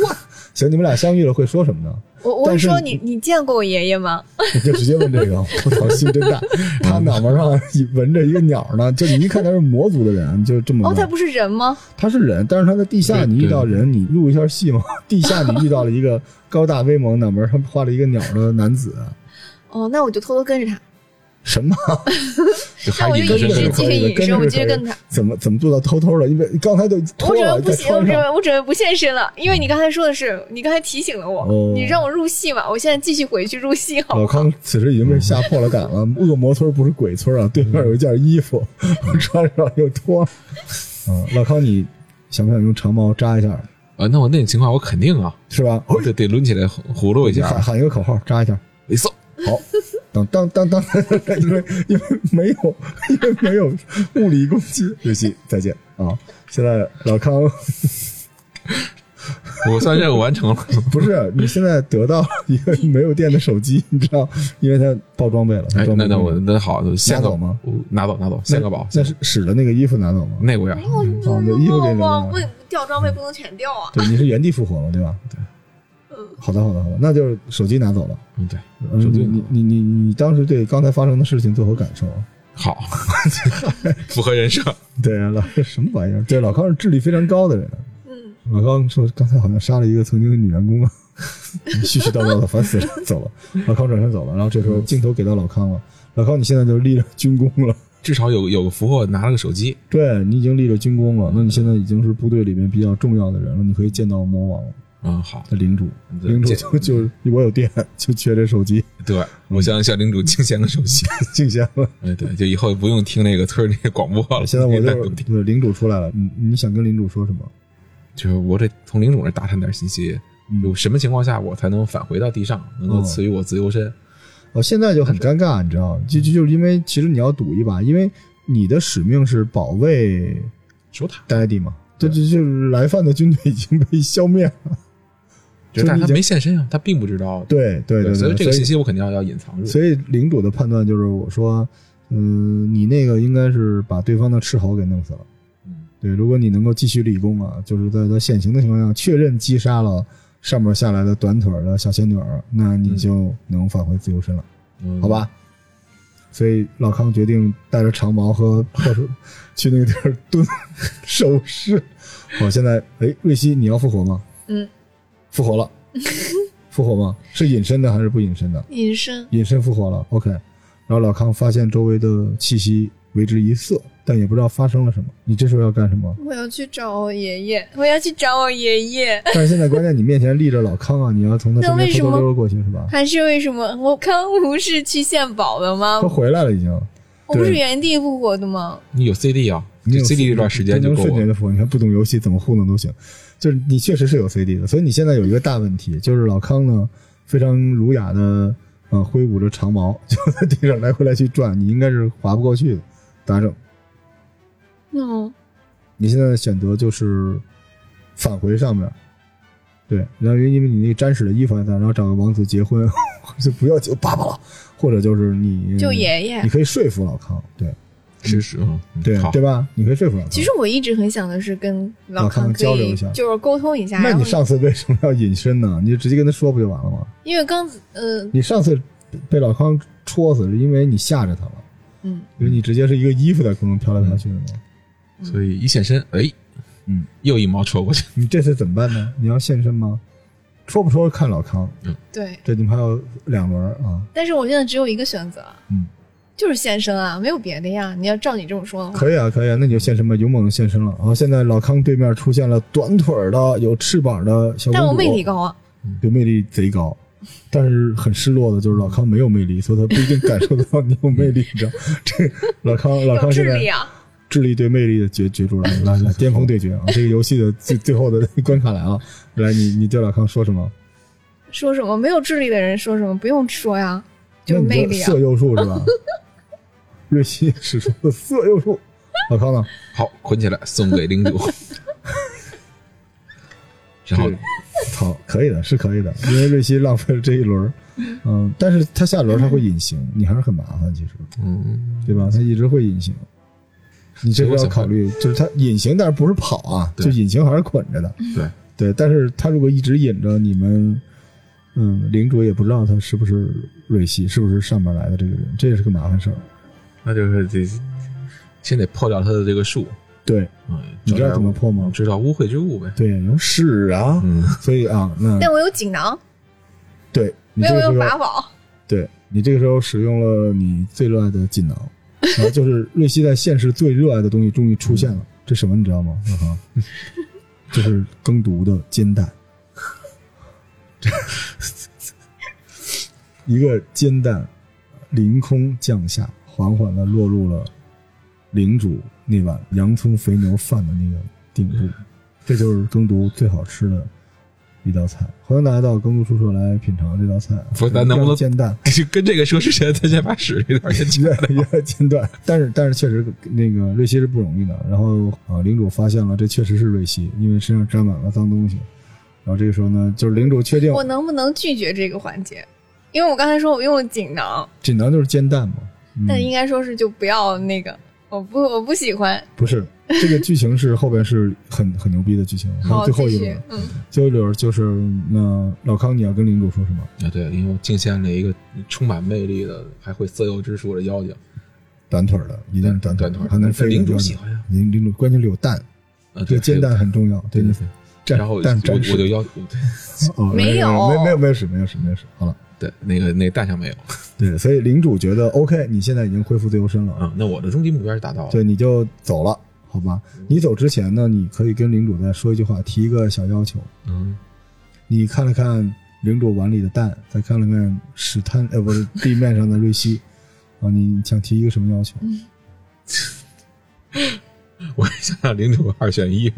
Speaker 2: 行，你们俩相遇了会说什么呢？
Speaker 4: 我我
Speaker 2: 但
Speaker 4: 会
Speaker 2: 是
Speaker 4: 说你你见过我爷爷吗？
Speaker 2: 你就直接问这
Speaker 3: [LAUGHS]
Speaker 2: 个，我操，心真大。
Speaker 3: 嗯
Speaker 2: 他脑门上纹着一个鸟呢，就你一看他是魔族的人，就这么
Speaker 4: 哦，他
Speaker 2: 问。
Speaker 4: 不是人吗？
Speaker 2: 他是人，但是他在地下，
Speaker 3: 对
Speaker 2: 你遇到
Speaker 3: 对
Speaker 2: 人，你入一下戏嘛？地下你遇到了一个高大威猛、脑门上画了一个鸟的男子，
Speaker 4: 哦，那我就偷偷跟着他，
Speaker 2: 什么？
Speaker 3: 就
Speaker 4: 那
Speaker 3: 还
Speaker 4: 我就
Speaker 3: 隐
Speaker 4: 隐
Speaker 3: 身是
Speaker 2: 着就
Speaker 4: 身
Speaker 3: 吧
Speaker 4: 继
Speaker 2: 可
Speaker 4: 续
Speaker 2: 以的
Speaker 4: 隐
Speaker 2: 跟着
Speaker 4: 身，我
Speaker 2: 就
Speaker 4: 继续
Speaker 2: 可以
Speaker 4: 跟他。
Speaker 2: 怎么怎么做到偷偷的？因为刚才就
Speaker 4: 我
Speaker 2: 脱
Speaker 4: 准
Speaker 2: 了，
Speaker 4: 备不
Speaker 2: 再
Speaker 4: 行，我
Speaker 2: 穿
Speaker 4: 准
Speaker 2: 上。
Speaker 4: 备我准备不现身了，因为你刚才说的是，你刚才提醒了我，
Speaker 2: 哦
Speaker 4: 你让我入戏嘛，我现在继续回去入戏好嗯
Speaker 2: 老
Speaker 4: 吗？
Speaker 2: 康此时已经被吓破了胆了。恶魔村不是鬼村啊，对
Speaker 4: 嗯
Speaker 2: 面有一件衣服， [LAUGHS] 穿上又脱了。嗯，老康，你想不想用长矛扎一下？
Speaker 3: 啊，那我那种情况我肯定啊，
Speaker 2: 是吧？
Speaker 3: 我得得抡起来葫葫芦一
Speaker 2: 你喊
Speaker 3: 下，啊
Speaker 2: 喊一个口号，扎一下。
Speaker 4: [LAUGHS]
Speaker 3: 没送。
Speaker 2: 好，当当当当，因为因为没有因为没有物理攻击，日系再见啊！现在老康
Speaker 3: 我算任务完
Speaker 2: [LAUGHS]
Speaker 3: 成了。
Speaker 2: 不是你现在得到一个没有电的手机，你知道，因为它爆装备了。它
Speaker 3: 哎，
Speaker 2: 装备
Speaker 3: 那那
Speaker 2: 不
Speaker 3: 我
Speaker 2: 了
Speaker 3: 那好，献
Speaker 2: 拿
Speaker 3: 个
Speaker 2: 走吗？
Speaker 3: 我拿走，拿走，献个宝。嗯
Speaker 2: 那是使的那个衣服拿走吗？
Speaker 3: 那我要，
Speaker 4: 我
Speaker 2: 哦那衣服给你
Speaker 4: 我
Speaker 2: 扔
Speaker 4: 不
Speaker 2: 了
Speaker 4: 掉装备不能全掉啊。
Speaker 2: 对，你是原地复活了，对吧？对。好的，好的，好的，那就是手机拿走了。
Speaker 3: 嗯，对，
Speaker 2: 嗯
Speaker 3: 手机
Speaker 2: 你你你你你当时对刚才发生的事情作何感受？
Speaker 3: 好， [LAUGHS] 符合人设。
Speaker 2: 对啊，老什么玩意儿？对，老康是智力非常高的人。
Speaker 4: 嗯，
Speaker 2: 老刚说刚才好像杀了一个曾经的女员
Speaker 3: [LAUGHS]
Speaker 2: 工啊，絮絮叨叨的，烦死了，走了。老康转身走了，然后这时
Speaker 3: 嗯
Speaker 2: 候镜头给到老康了，老康你现在就立着军功了，
Speaker 3: 至少有有个俘获拿了个手机，
Speaker 2: 对你已经立着军功了，那你现在已经是部队里面比较重要的人了，你可以见到魔王了
Speaker 3: 嗯，好，
Speaker 2: 的领主，
Speaker 3: 对
Speaker 2: 领主
Speaker 3: 见
Speaker 2: 就就我有电，就缺这手机，
Speaker 3: 对我向向领主敬献个手机， [LAUGHS]
Speaker 2: 敬献了。
Speaker 3: 哎，对，就以后不用听那个村儿里的广播了。
Speaker 2: 现在我
Speaker 3: 在
Speaker 2: 就是对领主出来了，你你想跟领主说什么？
Speaker 3: 就是我得从领主那儿打探点信息，
Speaker 2: 嗯
Speaker 3: 有什么情况下我才能返回到地上，能够赐予我自由身？
Speaker 2: 哦，现在就很尴尬，你知道吗，就就就是因为其实你要赌一把，因为你的使命是保卫
Speaker 3: 守塔，
Speaker 2: 呆地嘛，这这就是来犯的军队已经被消灭了。
Speaker 3: 就
Speaker 2: 就是
Speaker 3: 但
Speaker 2: 你
Speaker 3: 是他
Speaker 2: 讲
Speaker 3: 没现身啊，他并不知道。
Speaker 2: 对对对，
Speaker 3: 所以这个
Speaker 2: 所
Speaker 3: 信息我肯定要要隐藏住。
Speaker 2: 所以领主的判断就是，我说，嗯、你那个应该是把对方的斥候给弄死了。
Speaker 3: 嗯
Speaker 2: 对，如果你能够继续立功啊，就是在在现行的情况下确认击杀了上面下来的短腿儿的小仙女儿，那你就能返回自由身了，
Speaker 3: 嗯
Speaker 2: 好吧？所以老康决定带着长矛和破手去那个地儿蹲手势。我现在，哎，瑞希，你要复活吗？
Speaker 4: 嗯，
Speaker 2: 复活了，复活吗？是隐身的还是不隐身的？
Speaker 4: 隐身，
Speaker 2: 隐身复活了，OK。然后老康发现周围的气息为之一色，但也不知道发生了什么。你这时候要干什么？
Speaker 4: 我要去找我爷爷，我要去找我爷爷。
Speaker 2: 但是现在关键你面前立着老康啊，你要从他身
Speaker 4: 那为
Speaker 2: 边
Speaker 4: 什
Speaker 2: 偷
Speaker 4: 么
Speaker 2: 偷溜过去是吧？
Speaker 4: 还是为什么我刚不是去献宝了吗
Speaker 2: 他？回来了已经，
Speaker 4: 我不是
Speaker 2: 哦对
Speaker 4: 原地复活的吗？
Speaker 3: 你有 CD 啊？
Speaker 2: 你
Speaker 3: 就
Speaker 2: 有
Speaker 3: CD 这段时间
Speaker 2: 你
Speaker 3: 就
Speaker 2: 能
Speaker 3: 够
Speaker 2: 瞬
Speaker 3: 我
Speaker 2: 间
Speaker 3: 了。
Speaker 2: 就服，你看不懂游戏怎么糊弄都行。就是你确实是有 CD 的，所以你现在有一个大问题，就是老康呢非常儒雅的呃挥舞着长矛， [LAUGHS] 就在地上来回来去转，你应该是划不过去的。打整，
Speaker 4: 嗯，
Speaker 2: 你现在的选择就是返回上面，对，然后因为你那个沾屎的衣服还在，然后找个王子结婚， [LAUGHS] 就不要就爸爸了，或者就是你
Speaker 4: 救，爷爷
Speaker 2: 你。可以说服老康，对
Speaker 3: 是是啊，嗯
Speaker 2: 对
Speaker 3: 好
Speaker 2: 对，吧？你可以说服老康。
Speaker 4: 其实我一直很想的是跟
Speaker 2: 老
Speaker 4: 老
Speaker 2: 康
Speaker 4: 康可
Speaker 2: 交流一
Speaker 4: 以
Speaker 2: 下
Speaker 4: 就是沟通一下，
Speaker 2: 那
Speaker 4: 然
Speaker 2: 你
Speaker 4: 后
Speaker 2: 上次为什么要隐身呢？你就直接跟他说不就完了吗？
Speaker 4: 因为刚呃
Speaker 2: 你上次被老康戳死是因为你吓着他了，
Speaker 4: 嗯
Speaker 2: 因为你直接是一个衣服在空中飘来飘去的嘛。
Speaker 3: 所以一现身，哎，
Speaker 2: 嗯，
Speaker 3: 又一矛戳过去。 [LAUGHS]
Speaker 2: 你这次怎么办呢？你要现身吗？戳不戳看老康，
Speaker 4: 对，
Speaker 2: 对，你们还有两轮啊。
Speaker 4: 但是我现在只有一个选择，啊
Speaker 2: 嗯，
Speaker 4: 就是献身啊，没有别的呀。你要照你这么说的话，
Speaker 2: 可以啊，可以啊，那你就现身吧，勇猛的现身了。然后现在老康对面出现了短腿儿的、有翅膀的小公主，
Speaker 4: 但我魅力，高啊，
Speaker 2: 对魅力贼高。但是很失落的就是老康没有魅力，所以他不一定感受得到你有魅力，你知道？ [LAUGHS] 这老康，老
Speaker 4: 有
Speaker 2: 康现
Speaker 4: 智
Speaker 2: 在
Speaker 4: 力啊，
Speaker 2: 智力对魅力的角角逐来来来巅峰对
Speaker 4: [LAUGHS]
Speaker 2: 决啊！这个游戏的最最后的关卡来了，来你你对老康说什么？
Speaker 4: 说什么没有智力的人说什么不用说呀，就是
Speaker 2: 那
Speaker 4: 魅
Speaker 2: 你就
Speaker 4: 力啊
Speaker 2: 色。诱术是
Speaker 4: [LAUGHS]
Speaker 2: 吧？瑞希使出的色诱术，老康呢？
Speaker 3: 好，捆起来送给领
Speaker 2: [LAUGHS]
Speaker 3: 主。然后
Speaker 2: 是好，可以的，是可以的，因为瑞希浪费了这一轮儿，嗯，但是他下轮儿他会隐形，你还是很麻烦，其实，
Speaker 3: 嗯，
Speaker 2: 对吧？他一直会隐形，你这个要考虑，就是他隐形，但是不是跑啊，
Speaker 3: 对
Speaker 2: 就隐形还是捆着的，
Speaker 4: 嗯
Speaker 3: 对，
Speaker 2: 对，但是他如果一直引着你们，嗯，领主也不知道他是不是瑞希，是不是上面来的这个人，这也是个麻烦事儿，
Speaker 3: 那就是得先得破掉他的这个树。
Speaker 2: 对，
Speaker 3: 嗯，
Speaker 2: 你知道怎么破吗？
Speaker 3: 知道嗯污秽之
Speaker 2: [LAUGHS]
Speaker 3: 物呗。
Speaker 2: 对，用屎啊，
Speaker 3: 嗯，
Speaker 2: 所以啊，那
Speaker 4: 但我有锦囊，
Speaker 2: 对，你
Speaker 4: 没
Speaker 2: 这
Speaker 4: 有
Speaker 2: 个时
Speaker 4: 用
Speaker 2: 候
Speaker 4: 法宝，
Speaker 2: 对你这个时候使用了你最热爱的锦囊，然
Speaker 3: [LAUGHS]
Speaker 2: 后就是瑞希在现实最热爱的东西终于出现了，这什么你知道吗？啊哈，就是耕读的煎蛋， [LAUGHS] 一个煎蛋凌空降下，缓缓的落入了领主那碗洋葱肥牛饭的那个顶部，这就是耕读最好吃的一道菜，欢迎大家到耕读书社来品尝这道菜。啊
Speaker 3: 不是咱能不能
Speaker 2: 煎蛋？
Speaker 3: 就跟这个说之前，咱先把屎这段先去。
Speaker 2: 越来越间断，但是但是确实那个瑞希是不容易的。然后啊，领主发现了这确实是瑞希，因为身上沾满了脏东西。然后这个时候呢，就是领主确定
Speaker 4: 我能不能拒绝这个环节？因为我刚才说我用了锦囊，
Speaker 2: 锦囊就是煎蛋嘛，嗯
Speaker 4: 但应该说是就不要那个，我不我不喜欢。
Speaker 2: 不是这个剧情是后边是很很牛逼的剧
Speaker 4: [LAUGHS]
Speaker 2: 情，还有
Speaker 4: 好，
Speaker 2: 最后
Speaker 4: 继
Speaker 2: 一
Speaker 4: 续
Speaker 2: 轮，，
Speaker 4: 嗯，
Speaker 2: 最后一轮就是那老康你要跟领主说什么？
Speaker 3: [LAUGHS] 啊，对，因为我敬献了一个充满魅力的，还会色诱之术的妖精，
Speaker 2: 短腿儿的，一定是短
Speaker 3: 短
Speaker 2: 腿
Speaker 3: 腿
Speaker 2: 儿
Speaker 3: 儿
Speaker 2: 的，还能飞的。
Speaker 3: 领主
Speaker 2: 就是
Speaker 3: 喜欢呀
Speaker 2: 领领主关键里有蛋，
Speaker 3: 啊，
Speaker 2: 这
Speaker 3: 对，
Speaker 2: 个煎蛋很重要，对
Speaker 3: 对对
Speaker 2: 对
Speaker 3: 对。
Speaker 2: 蘸
Speaker 3: 然后我
Speaker 2: 蛋
Speaker 3: 我
Speaker 2: 蘸
Speaker 3: 我就
Speaker 2: 水
Speaker 3: 要求对
Speaker 2: 哦
Speaker 4: 没有
Speaker 2: 没没有没有屎没有屎没有屎，好了。
Speaker 3: 对那个那个蛋上没有
Speaker 2: 对，所以领主觉得 OK，你现在已经恢复自由身了，
Speaker 3: 啊，那我的终极目标是达到了。
Speaker 2: 对，你就走了，好吧？
Speaker 3: 嗯
Speaker 2: 你走之前呢，你可以跟领主再说一句话，提一个小要求。
Speaker 3: 嗯，
Speaker 2: 你看了看领主碗里的蛋，再看了看屎滩，呃，不是地面上的瑞希，啊，你想提一个什么要求？
Speaker 3: 我想想领主二选一，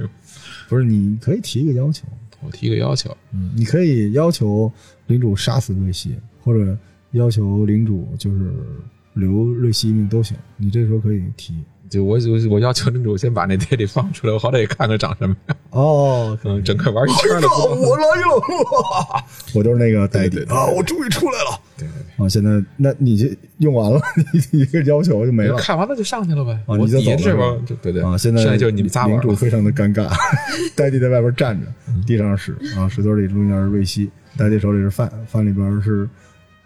Speaker 2: 不是，你可以提一个要求，
Speaker 3: 我提一个要求，
Speaker 2: 嗯，你可以要求领主杀死瑞希，或者要求领主就是留瑞希一命都行，你这时候可以提。
Speaker 3: 就我我我要求领主先把那爹里放出来，我好歹也看看长什么样。
Speaker 2: 哦，可以
Speaker 3: 嗯，整个玩一圈儿的不
Speaker 2: 哦我来了，我就是那个
Speaker 3: 对
Speaker 2: 代理
Speaker 3: 对对
Speaker 2: 啊，我终于出来了
Speaker 3: 对对对，
Speaker 2: 啊！现在那你这用完了，你一个要求就没了
Speaker 3: 看完了就上去了呗。我
Speaker 2: 哦你就
Speaker 3: 底下
Speaker 2: 走了
Speaker 3: 这
Speaker 2: 是吧
Speaker 3: 帮就对对
Speaker 2: 啊！现在
Speaker 3: 剩下就是你们仨玩
Speaker 2: 领
Speaker 3: 儿
Speaker 2: 主
Speaker 3: 了。嗯
Speaker 2: 非常的尴尬，
Speaker 3: [LAUGHS]
Speaker 2: 戴蒂在外边站着，地上是屎啊，石堆里中间是瑞希，戴蒂手里是饭，饭里边是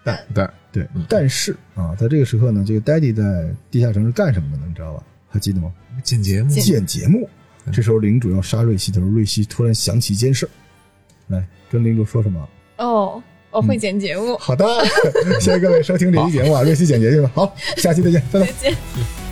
Speaker 2: 蛋，
Speaker 3: 对，
Speaker 2: 对。
Speaker 3: 嗯
Speaker 2: 但是啊，在这个时刻呢，这个戴蒂在地下城是干什么的呢？你知道吧？还记得吗？
Speaker 3: 进节目
Speaker 2: 剪节目。
Speaker 3: 嗯
Speaker 2: 这时候领主要杀瑞希的时候，瑞希突然想起一件事儿，来跟领主说什么？
Speaker 4: 哦，我会剪节
Speaker 2: [LAUGHS]
Speaker 4: 目。
Speaker 2: 好的，谢谢各位收听这期节目啊，瑞希剪辑去吧。好，下期再见，拜拜。
Speaker 4: 再见。